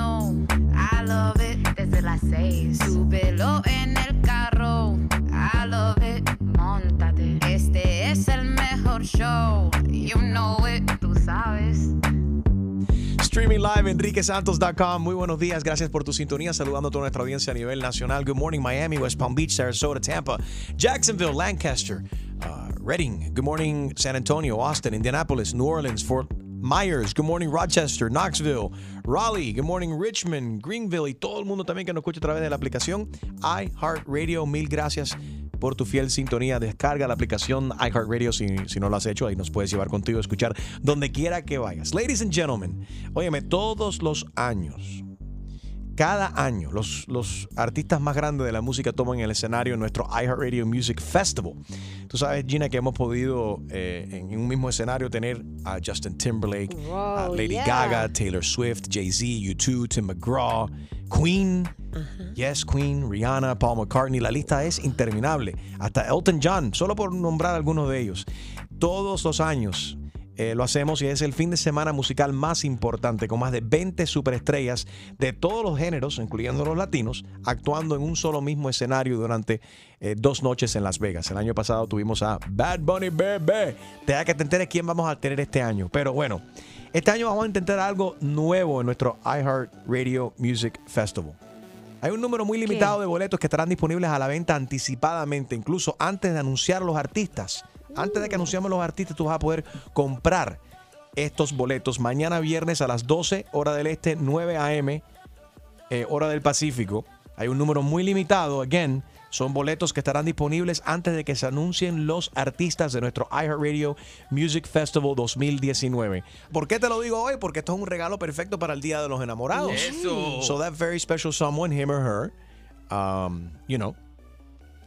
Speaker 16: I love it. Desde las seis, súbelo en el carro, I love it. Montate, este es el mejor show, you know it, tú sabes.
Speaker 1: Streaming live enriquesantos.com. Muy buenos días, gracias por tu sintonía. Saludando a toda nuestra audiencia a nivel nacional. Good morning, Miami, West Palm Beach, Sarasota, Tampa, Jacksonville, Lancaster, uh, Reading. Good morning, San Antonio, Austin, Indianapolis, New Orleans, Fort Myers. Good morning, Rochester, Knoxville, Raleigh. Good morning, Richmond, Greenville y todo el mundo también que nos escucha a través de la aplicación iHeartRadio. Mil gracias por tu fiel sintonía. Descarga la aplicación iHeartRadio si, si no lo has hecho. Ahí nos puedes llevar contigo a escuchar donde quiera que vayas. Ladies and gentlemen, óyeme, todos los años, cada año, los, los artistas más grandes de la música toman el escenario en nuestro iHeartRadio Music Festival. Tú sabes, Gina, que hemos podido eh, en un mismo escenario tener a Justin Timberlake, a
Speaker 15: Oh,
Speaker 2: Wow,
Speaker 1: Ah, Lady
Speaker 2: yeah.
Speaker 1: Gaga, Taylor Swift, Jay-Z, U2, Tim McGraw, Queen, Yes, Queen, Rihanna, Paul McCartney, la lista es interminable. Hasta Elton John, solo por nombrar algunos de ellos. Todos los años eh, lo hacemos y es el fin de semana musical más importante, con más de 20 superestrellas de todos los géneros, incluyendo los latinos, actuando en un solo mismo escenario durante eh, dos noches en Las Vegas. El año pasado tuvimos a Bad Bunny Bebé. Te da que te enteres quién vamos a tener este año. Pero bueno, este año vamos a intentar algo nuevo en nuestro iHeart Radio Music Festival. Hay un número muy limitado de boletos que estarán disponibles a la venta anticipadamente, incluso antes de anunciar los artistas. Antes de que anunciamos los artistas, tú vas a poder comprar estos boletos mañana viernes a las 12 hora del este, 9 a.m., eh, hora del Pacífico. Hay un número muy limitado, again, son boletos que estarán disponibles antes de que se anuncien los artistas de nuestro iHeartRadio Music Festival 2019. ¿Por qué te lo digo hoy? Porque esto es un regalo perfecto para el Día de los Enamorados.
Speaker 6: Eso.
Speaker 1: So that very special someone, him or her, um, you know,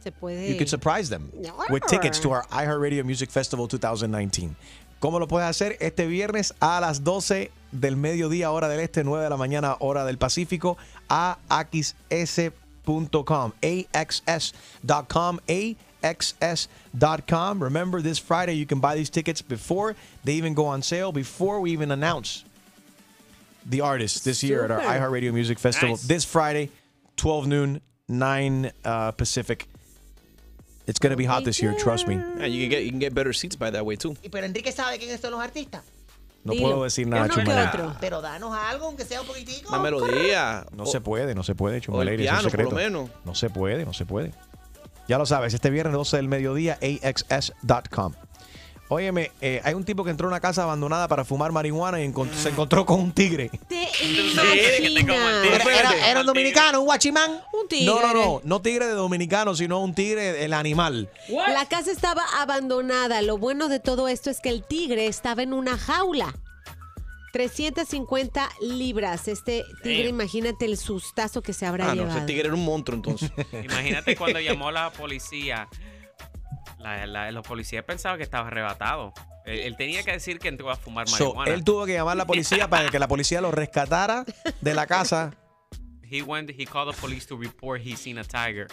Speaker 2: Se puede.
Speaker 1: You could surprise them with tickets to our iHeartRadio Music Festival 2019. ¿Cómo lo puedes hacer? Este viernes a las 12 del mediodía, hora del este, 9 de la mañana, hora del Pacífico, a axs.com, axs.com, axs.com. Remember, this Friday you can buy these tickets before they even go on sale, before we even announce the artists this year at our
Speaker 22: Super.
Speaker 1: iHeartRadio Music Festival.
Speaker 22: Nice.
Speaker 1: This Friday, 12 noon, 9 uh, Pacific. It's going to be hot this year, trust me.
Speaker 3: Yeah, Ah, you can get you can get better seats by that way too.
Speaker 4: Y pero Enrique sabe quiénes son los artistas.
Speaker 1: No puedo decir nada,
Speaker 3: Uno que
Speaker 1: Chumel.
Speaker 3: otro.
Speaker 4: Pero danos algo, aunque sea un poquitico.
Speaker 3: Una melodía.
Speaker 1: No se puede, no se puede, Chumel.
Speaker 3: o el
Speaker 1: Aire, es un
Speaker 3: piano, por lo
Speaker 1: secreto.
Speaker 3: menos.
Speaker 1: No se puede, no se puede. Ya lo sabes, este viernes 12 del mediodía, axs.com. Óyeme, eh, hay un tipo que entró a una casa abandonada para fumar marihuana y encont- se encontró con un tigre.
Speaker 4: Era, era- era un dominicano, un guachimán.
Speaker 2: Un
Speaker 1: No, no, no, no tigre de dominicano, sino un tigre, el animal.
Speaker 2: La casa estaba abandonada. Lo bueno de todo esto es que el tigre estaba en una jaula. 350 libras. Este tigre,
Speaker 6: Damn.
Speaker 2: imagínate el sustazo que se habrá
Speaker 3: Ah, no,
Speaker 2: llevado.
Speaker 3: ese tigre era un monstruo entonces.
Speaker 6: Imagínate cuando llamó la policía. La- la- los policías pensaban que estaba arrebatado. Él, él tenía que decir que entró a fumar
Speaker 1: So,
Speaker 6: marihuana.
Speaker 1: él tuvo que llamar a la policía para que la policía lo rescatara de la casa.
Speaker 6: He went. He called the police to report he seen a tiger.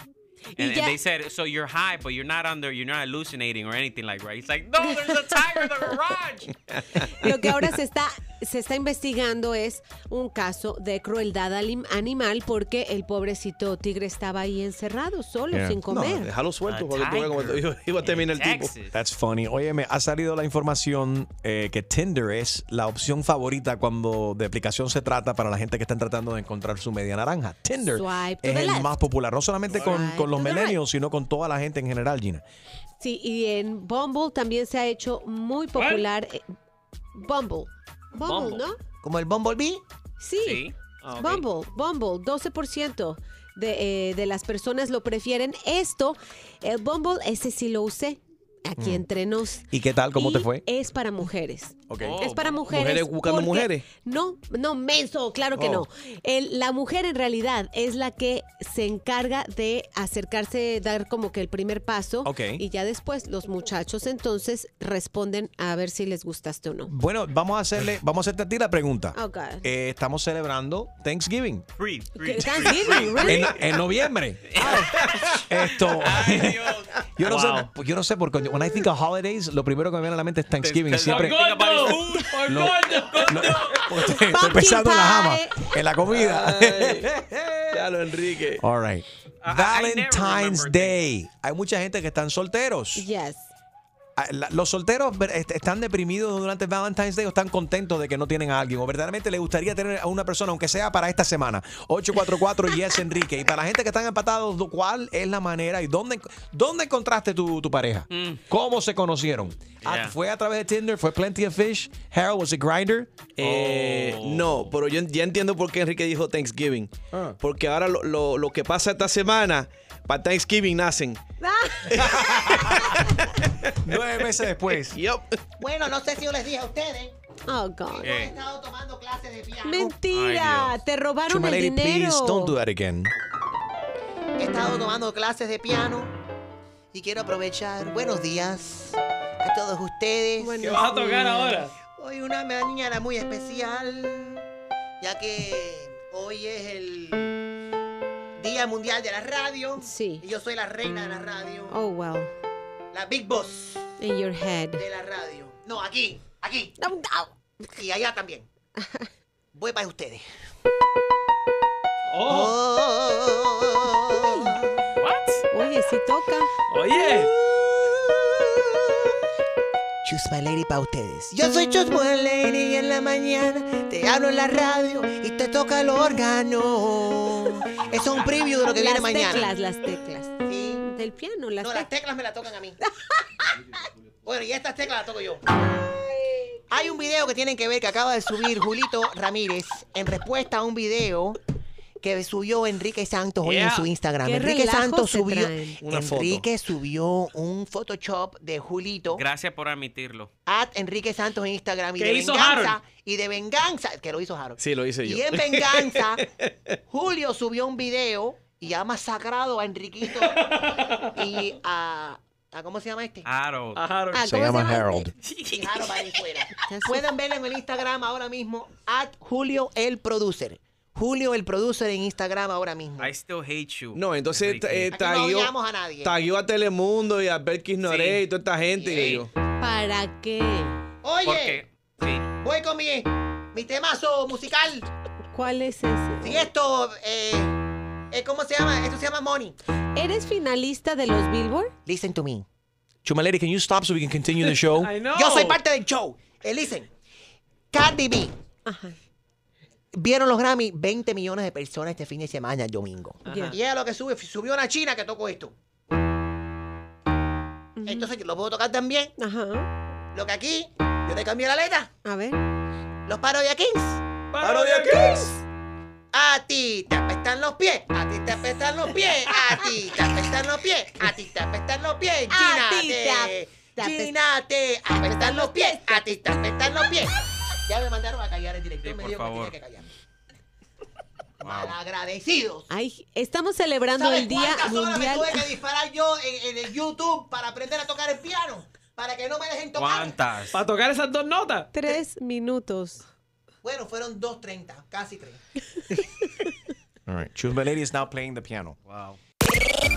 Speaker 6: And, and
Speaker 2: ya-
Speaker 6: they said, so you're high, but you're not under, you're not hallucinating or anything like that. He's like, no, there's a tiger in the garage.
Speaker 2: Lo que ahora se está, se está investigando es un caso de crueldad alim- animal porque el pobrecito tigre estaba ahí encerrado, solo,
Speaker 1: Yeah.
Speaker 2: sin comer.
Speaker 3: No, déjalo suelto, porque tú ves cómo te- iba- iba a terminar el tipo.
Speaker 1: That's funny. Óyeme, ha salido la información eh, que Tinder es la opción favorita cuando de aplicación se trata para la gente que están tratando de encontrar su media naranja. Tinder
Speaker 2: Swipe to
Speaker 1: es
Speaker 2: the
Speaker 1: el
Speaker 2: left.
Speaker 1: más popular, no solamente con,
Speaker 2: Swipe
Speaker 1: con los
Speaker 2: to the right.
Speaker 1: millennials, sino con toda la gente en general, Gina.
Speaker 2: Sí, y en Bumble también se ha hecho muy popular. eh, Bumble. Bumble,
Speaker 4: Bumble.
Speaker 2: ¿no?
Speaker 4: Como el Bumblebee.
Speaker 2: Sí.
Speaker 4: Ah, ok.
Speaker 2: Bumble, Bumble, 12% de, eh, de las personas lo prefieren. Esto, el Bumble, ese sí lo usé. Aquí
Speaker 1: Mm.
Speaker 2: entre nos.
Speaker 1: ¿Y qué tal? ¿Cómo te
Speaker 2: Y
Speaker 1: fue?
Speaker 2: Es para mujeres.
Speaker 1: Ok.
Speaker 2: es para
Speaker 1: Oh,
Speaker 2: mujeres.
Speaker 1: ¿mujeres buscando
Speaker 2: porque-
Speaker 1: mujeres?
Speaker 2: No, no, menso, claro que
Speaker 1: Oh.
Speaker 2: no. El- la mujer en realidad es la que se encarga de acercarse, dar como que el primer paso.
Speaker 1: Ok.
Speaker 2: Y ya después los muchachos entonces responden a ver si les gustaste o no. Oh,
Speaker 1: Bueno, vamos a hacerle, vamos a hacerte a ti la pregunta.
Speaker 2: Ok.
Speaker 1: Eh, estamos celebrando Thanksgiving.
Speaker 6: Free,
Speaker 2: free, Thanksgiving, free.
Speaker 1: en, en noviembre. Esto. yo no sé, pues, yo no sé por qué. When I think of holidays, lo primero que me viene a la mente es Thanksgiving. Siempre. Lo- porque estoy, estoy pensando en la jama, en la comida.
Speaker 3: Ya lo Enrique.
Speaker 1: All right. Valentine's Day. Hay mucha gente que están solteros.
Speaker 2: Yes.
Speaker 1: Ah, la- Los solteros ver- est- están deprimidos durante Valentine's Day o están contentos de que no tienen a alguien o verdaderamente les gustaría tener a una persona, aunque sea para esta semana. 844 Yes Enrique. Y para la gente que están empatados, ¿do- ¿cuál es la manera y dónde, dónde encontraste tu, tu pareja? ¿Cómo se conocieron? Ah,
Speaker 3: Yeah.
Speaker 1: ¿Fue a través de Tinder? ¿Fue Plenty of Fish? ¿Harold was a grinder?
Speaker 3: Eh,
Speaker 6: Oh.
Speaker 3: No, pero yo en- ya entiendo por qué Enrique dijo Thanksgiving.
Speaker 6: Ah.
Speaker 3: Porque ahora lo, lo- lo que pasa esta semana, para Thanksgiving nacen.
Speaker 4: Ah.
Speaker 2: Ah.
Speaker 1: Nueve meses después.
Speaker 4: Bueno, no sé si yo les dije a ustedes.
Speaker 2: Oh, God.
Speaker 4: He estado tomando clases de piano.
Speaker 2: Mentira, te robaron
Speaker 1: Chuma
Speaker 2: el
Speaker 1: lady,
Speaker 2: dinero.
Speaker 1: please don't do that again.
Speaker 4: He estado tomando clases de piano. Y quiero aprovechar. Buenos días a todos ustedes.
Speaker 5: ¿Qué vas a tocar ahora?
Speaker 4: Hoy una mañana muy especial. Ya que hoy es el Día Mundial de la Radio.
Speaker 2: Sí.
Speaker 4: Y yo soy la reina de la radio.
Speaker 2: Oh, well.
Speaker 4: La Big Boss
Speaker 2: In your head.
Speaker 4: de la radio. No, aquí. Aquí. Y allá también. Voy para ustedes.
Speaker 2: Oh. Oye, sí toca.
Speaker 5: Oye.
Speaker 4: Chusma Lady para ustedes. Yo soy Chusma Lady y en la mañana te hablo en la radio y te toca el órgano. Es un preview de lo que viene
Speaker 2: las
Speaker 4: mañana.
Speaker 2: teclas, las teclas. Del piano, las
Speaker 4: no,
Speaker 2: teclas.
Speaker 4: las teclas me las tocan a mí. bueno, y estas teclas las toco yo. Hay un video que tienen que ver que acaba de subir Julito Ramírez en respuesta a un video que subió Enrique Santos hoy en
Speaker 21: Yeah.
Speaker 4: su Instagram.
Speaker 21: Qué
Speaker 4: Enrique
Speaker 21: relajo
Speaker 4: Santos
Speaker 21: se
Speaker 4: subió.
Speaker 21: traen. Una foto.
Speaker 4: Enrique subió un Photoshop de Julito
Speaker 6: Gracias por admitirlo.
Speaker 4: at Enrique Santos en Instagram y
Speaker 6: ¿Qué
Speaker 4: de
Speaker 6: hizo
Speaker 4: venganza
Speaker 6: Harold?
Speaker 4: y de venganza que lo hizo Harold
Speaker 3: Sí, lo hice yo.
Speaker 4: y en venganza Julio subió un video y ha masacrado a Enriquito y a, a- ¿cómo se llama este?
Speaker 6: Harold.
Speaker 4: Harold. Ah,
Speaker 1: Se
Speaker 4: ¿cómo
Speaker 1: llama
Speaker 4: se llama?
Speaker 1: Harold.
Speaker 4: Y Harold Valenzuela. pueden verlo en el Instagram ahora mismo at Julio el producer Julio el producer en Instagram ahora mismo
Speaker 6: I still hate you.
Speaker 3: No, entonces eh,
Speaker 4: Aquí no
Speaker 3: taguió,
Speaker 4: odiamos a nadie.
Speaker 3: taguió a Telemundo y a Belkis Noré y toda esta gente. y yo,
Speaker 2: ¿Para qué?
Speaker 4: Oye,
Speaker 6: Sí.
Speaker 4: voy con mi, mi temazo musical.
Speaker 2: ¿Cuál es ese?
Speaker 4: Y esto, eh, eh, ¿cómo se llama? Esto se llama Money.
Speaker 2: ¿Eres finalista de los Billboard?
Speaker 4: Listen to me.
Speaker 1: Chumalady, can you stop so we can continue the show?
Speaker 4: Yo soy parte del show. Eh, listen, Cardi B. Vieron los Grammy 20 millones de personas este fin de semana, el domingo.
Speaker 11: Ajá.
Speaker 4: Y es lo que sube. Subió una china que tocó esto. Entonces yo lo puedo tocar también. Lo que aquí, yo te cambié la letra.
Speaker 2: A ver.
Speaker 4: Los Parodia Kings.
Speaker 11: Parodia Kings.
Speaker 4: A ti te apestan los pies. A ti te apestan los pies. A ti te apestan los pies. A ti te apestan los pies. Gina,
Speaker 11: ti te
Speaker 4: te, Gina, te apestan los pies. A ti te apestan los pies. Ya me mandaron a callar el director. me
Speaker 6: por
Speaker 4: dijo que
Speaker 6: favor.
Speaker 4: tenía que callar. Malagradecidos.
Speaker 2: Ay, estamos celebrando
Speaker 4: ¿Sabes
Speaker 2: el Día
Speaker 4: cuántas horas
Speaker 2: Mundial.
Speaker 4: me tuve que disparar yo en, en el YouTube para aprender a tocar el piano? Para que no me dejen tocar.
Speaker 6: ¿Cuántas?
Speaker 5: Para tocar esas dos notas.
Speaker 2: Tres minutos.
Speaker 4: Bueno, fueron 2.30, casi 3.
Speaker 1: All right. Chumalady is now playing the piano.
Speaker 6: Wow.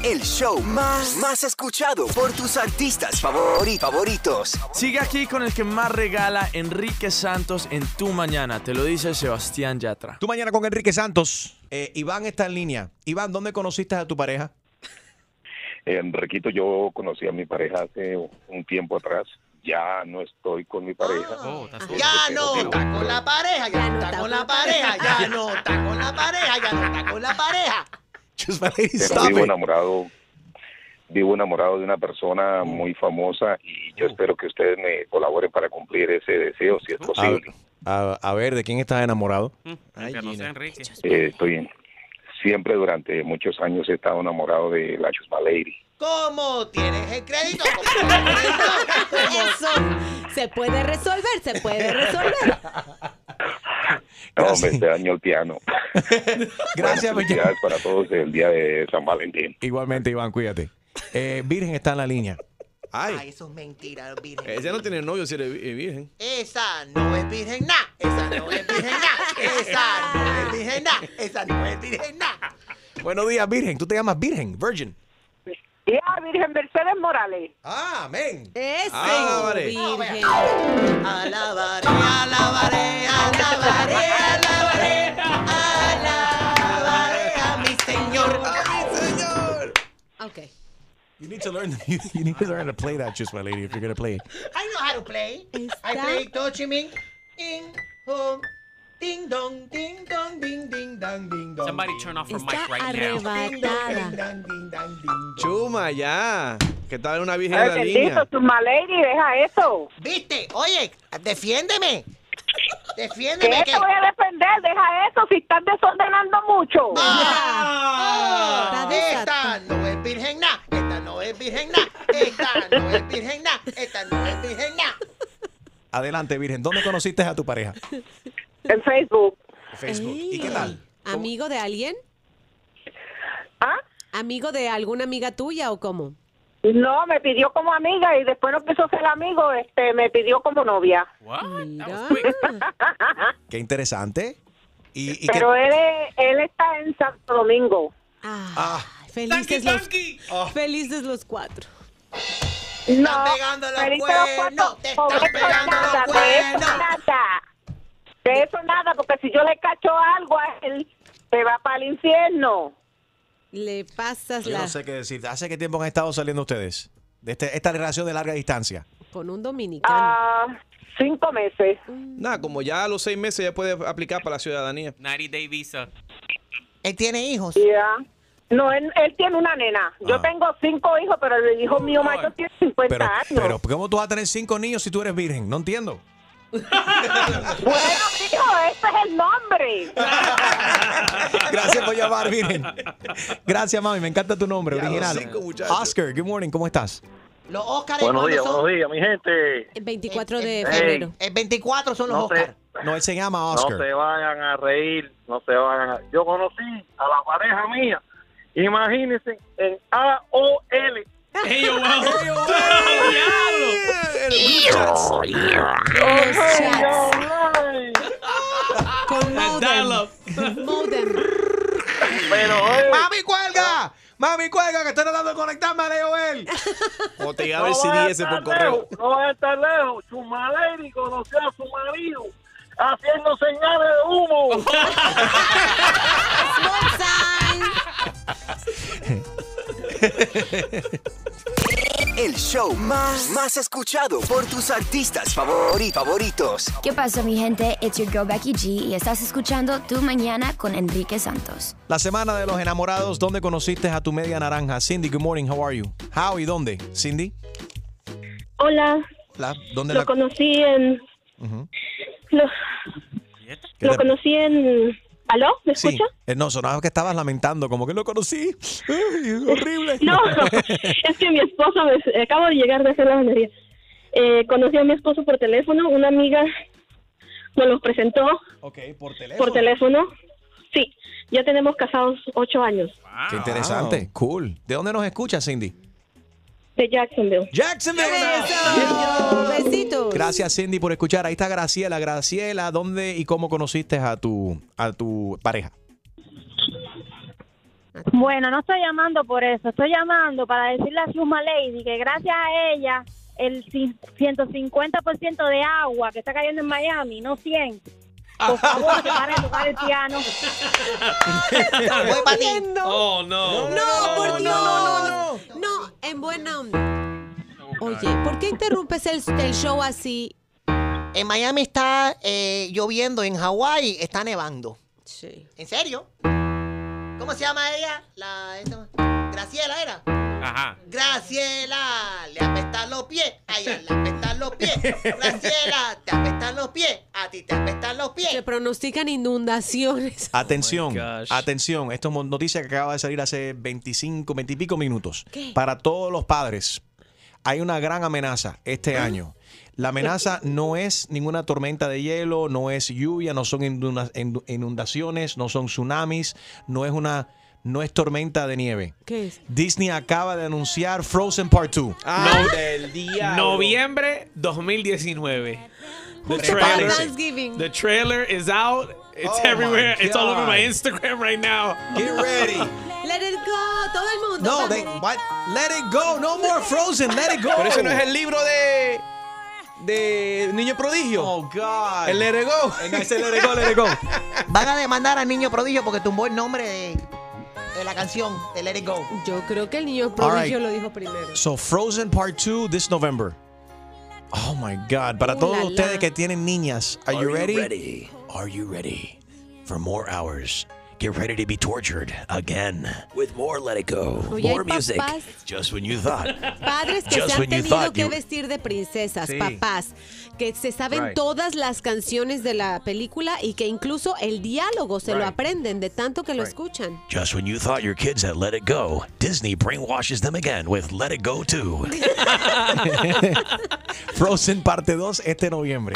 Speaker 8: El show más, más escuchado por tus artistas favori- favoritos.
Speaker 22: Sigue aquí con el que más regala Enrique Santos en Tu Mañana. Te lo dice Sebastián Yatra.
Speaker 1: Tú mañana con Enrique Santos. Eh, Iván está en línea. Iván, ¿dónde conociste a tu pareja?
Speaker 23: Enriquito, yo conocí a mi pareja hace un tiempo atrás. Ya no estoy con mi pareja. Este,
Speaker 4: Ya no está con la pareja, ya no está con la pareja, ya no está con la pareja, ya no está con la pareja.
Speaker 23: Pero vivo enamorado, vivo enamorado de una persona muy famosa y yo espero que ustedes me colaboren para cumplir ese deseo, si es
Speaker 1: A,
Speaker 23: posible.
Speaker 1: a- a ver, ¿de quién estás enamorado?
Speaker 23: Eh, estoy siempre durante muchos años he estado enamorado de la Chusma Lady.
Speaker 4: ¿Cómo tienes el crédito?
Speaker 2: Eso. Se puede resolver, se puede resolver.
Speaker 23: No, me se dañó el piano. Gracias, felicidades para todos el día de San Valentín.
Speaker 1: Igualmente, Iván, cuídate. Eh, Virgen está en la línea.
Speaker 3: Ay.
Speaker 4: eso es mentira, virgen.
Speaker 3: Ella no tiene novio si eres vi- eh, virgen.
Speaker 4: Esa no es virgen nada, esa no es virgen nada, esa no es virgen nada, esa no es virgen nada.
Speaker 1: Buenos días, Virgen. Tú te llamas Virgen, Virgin.
Speaker 20: Ya, Virgen Mercedes Morales.
Speaker 1: Ah, amén.
Speaker 2: Ese.
Speaker 1: Ah, vale.
Speaker 2: Virgen.
Speaker 4: Alabaré, alabaré, alabaré, alabaré, alabaré a mi Señor.
Speaker 20: ¡Ah,
Speaker 4: A mi Señor.
Speaker 2: Ok.
Speaker 1: You need to learn the music. You need to learn to play that, just my lady, if you're gonna play it.
Speaker 4: I know how to play. I play touching me. Ding, home. Ding dong, ding dong, ding ding dong, ding dong.
Speaker 6: Somebody turn off her mic right now.
Speaker 4: Ding dong, ding dong, ding dong, ding.
Speaker 3: Chuma, ya. Que estaba en una virgen
Speaker 20: Ah,
Speaker 4: Ay,
Speaker 3: en la
Speaker 4: bendito,
Speaker 3: línea.
Speaker 4: tu ma- Lady, deja eso. ¿Viste? Oye, defiéndeme. Defiéndeme.
Speaker 20: ¿Qué te voy a defender? Deja eso si estás desordenando mucho.
Speaker 4: Ah, esta no es virgen nada, esta no es virgen nada, esta no es virgen nada, esta no es virgen nada.
Speaker 1: Adelante, Virgen. ¿Dónde conociste a tu pareja?
Speaker 20: En Facebook.
Speaker 1: Facebook. ¿Y qué tal?
Speaker 2: ¿Amigo de alguien? ¿Ah? ¿Amigo de alguna amiga tuya o cómo?
Speaker 20: No, me pidió como amiga y después no quiso ser amigo, este, me pidió como novia.
Speaker 1: Qué interesante. ¿Y, y qué-
Speaker 20: Pero él, es- él está en Santo Domingo.
Speaker 1: Ah, Oh.
Speaker 2: Felices los, felices los cuatro.
Speaker 4: Están pegando los
Speaker 20: Felito, ¿cuánto?
Speaker 4: cuernos. Te
Speaker 20: Por
Speaker 4: están
Speaker 20: eso
Speaker 4: pegando
Speaker 20: nada,
Speaker 4: los
Speaker 20: de eso
Speaker 4: cuernos.
Speaker 20: nada. De eso nada, porque si yo le cacho algo a él, se va para el infierno.
Speaker 2: Le pasas
Speaker 1: Yo
Speaker 2: la...
Speaker 1: no sé qué decir. ¿Hace qué tiempo han estado saliendo ustedes? De este- esta relación de larga distancia.
Speaker 2: Con un dominicano. Mm.
Speaker 20: cinco meses.
Speaker 3: Nada, como ya a los seis meses ya puede aplicar para la ciudadanía.
Speaker 6: 90 day visa.
Speaker 20: ¿Él tiene hijos? No, él, él tiene una nena. Yo tengo cinco hijos, pero el hijo mío mayor tiene 50
Speaker 1: Ah. Pero,
Speaker 20: años.
Speaker 1: pero, ¿cómo tú vas a tener cinco niños si tú eres virgen? No entiendo.
Speaker 20: Bueno, hijo, ese es el nombre.
Speaker 1: Gracias por llamar, virgen. Gracias, mami. Me encanta tu nombre,
Speaker 23: Ya, los
Speaker 1: original.
Speaker 23: cinco, muchachos.
Speaker 1: Oscar, good morning. ¿Cómo estás?
Speaker 4: Los Óscares
Speaker 23: Buenos
Speaker 4: cuando
Speaker 23: días,
Speaker 4: son-
Speaker 23: buenos días, mi gente.
Speaker 2: El 24
Speaker 4: de
Speaker 23: febrero.
Speaker 4: El 24 son los
Speaker 23: No
Speaker 4: Óscares.
Speaker 23: se,
Speaker 1: No, él se llama
Speaker 23: no
Speaker 1: Oscar.
Speaker 23: se vayan a reír, no se vayan a... Yo conocí a la pareja mía, imagínense, en AOL.
Speaker 5: Ellos, wow.
Speaker 2: Con modem.
Speaker 1: Pero, ¡Mami, cuelga! ¡Mami, cuelga! Que estoy tratando de conectarme a Leo él.
Speaker 3: O te
Speaker 23: No vaya a estar lejos, No va a estar lejos. Chumaleri conoció a su marido haciendo señales de humo.
Speaker 8: El show más, más escuchado por tus artistas favori- favoritos.
Speaker 7: ¿Qué pasa, mi gente? It's your girl Becky G y estás escuchando Tu Mañana con Enrique Santos.
Speaker 1: La semana de los enamorados, ¿dónde conociste a tu media naranja? Cindy, good morning, how are you? How y dónde? Cindy,
Speaker 10: Hola,
Speaker 1: la, ¿dónde
Speaker 10: lo
Speaker 1: la-
Speaker 10: conocí en...
Speaker 1: Ujú.
Speaker 10: Lo,
Speaker 1: ¿Qué
Speaker 10: lo
Speaker 1: te-
Speaker 10: conocí en... ¿Aló? ¿Me
Speaker 1: Sí.
Speaker 10: escucha?
Speaker 1: Eh, no, sonaba que estabas lamentando, como que lo conocí. Ay, horrible.
Speaker 10: No, es que mi esposo, me, acabo de llegar de hacer la bañería. Eh, conocí a mi esposo por teléfono, una amiga nos los presentó
Speaker 1: Ok, por teléfono.
Speaker 10: por teléfono. Sí, ya tenemos casados ocho años
Speaker 1: Qué interesante, cool. ¿De dónde nos escuchas, Cindy?
Speaker 10: de Jacksonville.
Speaker 1: Jacksonville.
Speaker 2: Besitos.
Speaker 1: Gracias, Cindy, por escuchar. Ahí está Graciela. Graciela, ¿dónde y cómo conociste a tu, a tu pareja?
Speaker 10: Bueno, no estoy llamando por eso, estoy llamando para decirle a Suma Lady que gracias a ella el cin- 150% de agua que está cayendo en Miami, no 100. Por favor, que pare de tocar el piano.
Speaker 4: Voy para ti.
Speaker 5: Oh, no.
Speaker 2: No, por Dios. No, en buena onda. Oye, ¿por qué interrumpes el, el show así?
Speaker 4: En Miami está eh, lloviendo, en Hawái está nevando.
Speaker 2: Sí.
Speaker 4: ¿En serio? ¿Cómo se llama ella? La, esta- Graciela era.
Speaker 6: Ajá.
Speaker 4: Graciela, le apestan los pies. A ella le apestan los pies. Graciela, te apestan los pies. A ti te apestan los pies.
Speaker 2: Se pronostican inundaciones.
Speaker 1: Atención, atención. Esto es mo- noticia que acaba de salir hace 25, 20 y pico minutos.
Speaker 2: ¿Qué?
Speaker 1: Para todos los padres, hay una gran amenaza este año. La amenaza no es ninguna tormenta de hielo, no es lluvia, no son inunda- indu- inundaciones, no son tsunamis, no es una, no es tormenta de nieve.
Speaker 2: ¿Qué es?
Speaker 1: Disney acaba de anunciar Frozen Part 2.
Speaker 3: Ah.
Speaker 5: No-
Speaker 3: del
Speaker 5: Noviembre 2019. The
Speaker 1: Justo para
Speaker 5: trailer,
Speaker 2: Thanksgiving.
Speaker 5: the trailer is out. It's
Speaker 2: Oh, my
Speaker 5: everywhere. It's all over my
Speaker 1: God.
Speaker 5: Instagram right now.
Speaker 1: Get ready.
Speaker 2: Let it go, todo el mundo.
Speaker 1: No,
Speaker 2: Vamos.
Speaker 1: they- what? let it go, no more Frozen, let it go.
Speaker 3: Pero ese no es el libro de. de Niño Prodigio.
Speaker 1: Oh, God.
Speaker 3: El Let It Go.
Speaker 1: ese Let It Go, Let It Go.
Speaker 4: Van a demandar al niño prodigio porque tumbó el nombre de, de la canción de Let It Go.
Speaker 2: Yo creo que el niño prodigio
Speaker 1: All right.
Speaker 2: lo dijo primero.
Speaker 1: So Frozen Part 2 this November. Oh my God. Para
Speaker 2: Ooh
Speaker 1: todos
Speaker 2: la la.
Speaker 1: ustedes que tienen niñas, are, you,
Speaker 2: Are you
Speaker 1: ready?
Speaker 2: ready?
Speaker 1: Are you ready for more hours? Get ready to be tortured again with more Let It Go,
Speaker 2: Oye, hay papás-
Speaker 1: Just when you thought.
Speaker 2: Padres que
Speaker 1: Just
Speaker 2: se han
Speaker 1: when you
Speaker 2: tenido
Speaker 1: thought
Speaker 2: que
Speaker 1: you-
Speaker 2: vestir de princesas,
Speaker 1: Sí.
Speaker 2: papás, que se saben
Speaker 1: Right.
Speaker 2: todas las canciones de la película y que incluso el diálogo se lo
Speaker 1: Right.
Speaker 2: aprenden de tanto que lo escuchan.
Speaker 1: Just when you thought your kids had let it go, Disney brainwashes them again with Let It Go 2. Frozen parte 2 este noviembre.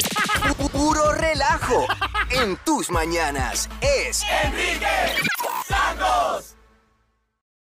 Speaker 8: Puro relajo en tus mañanas es Enrique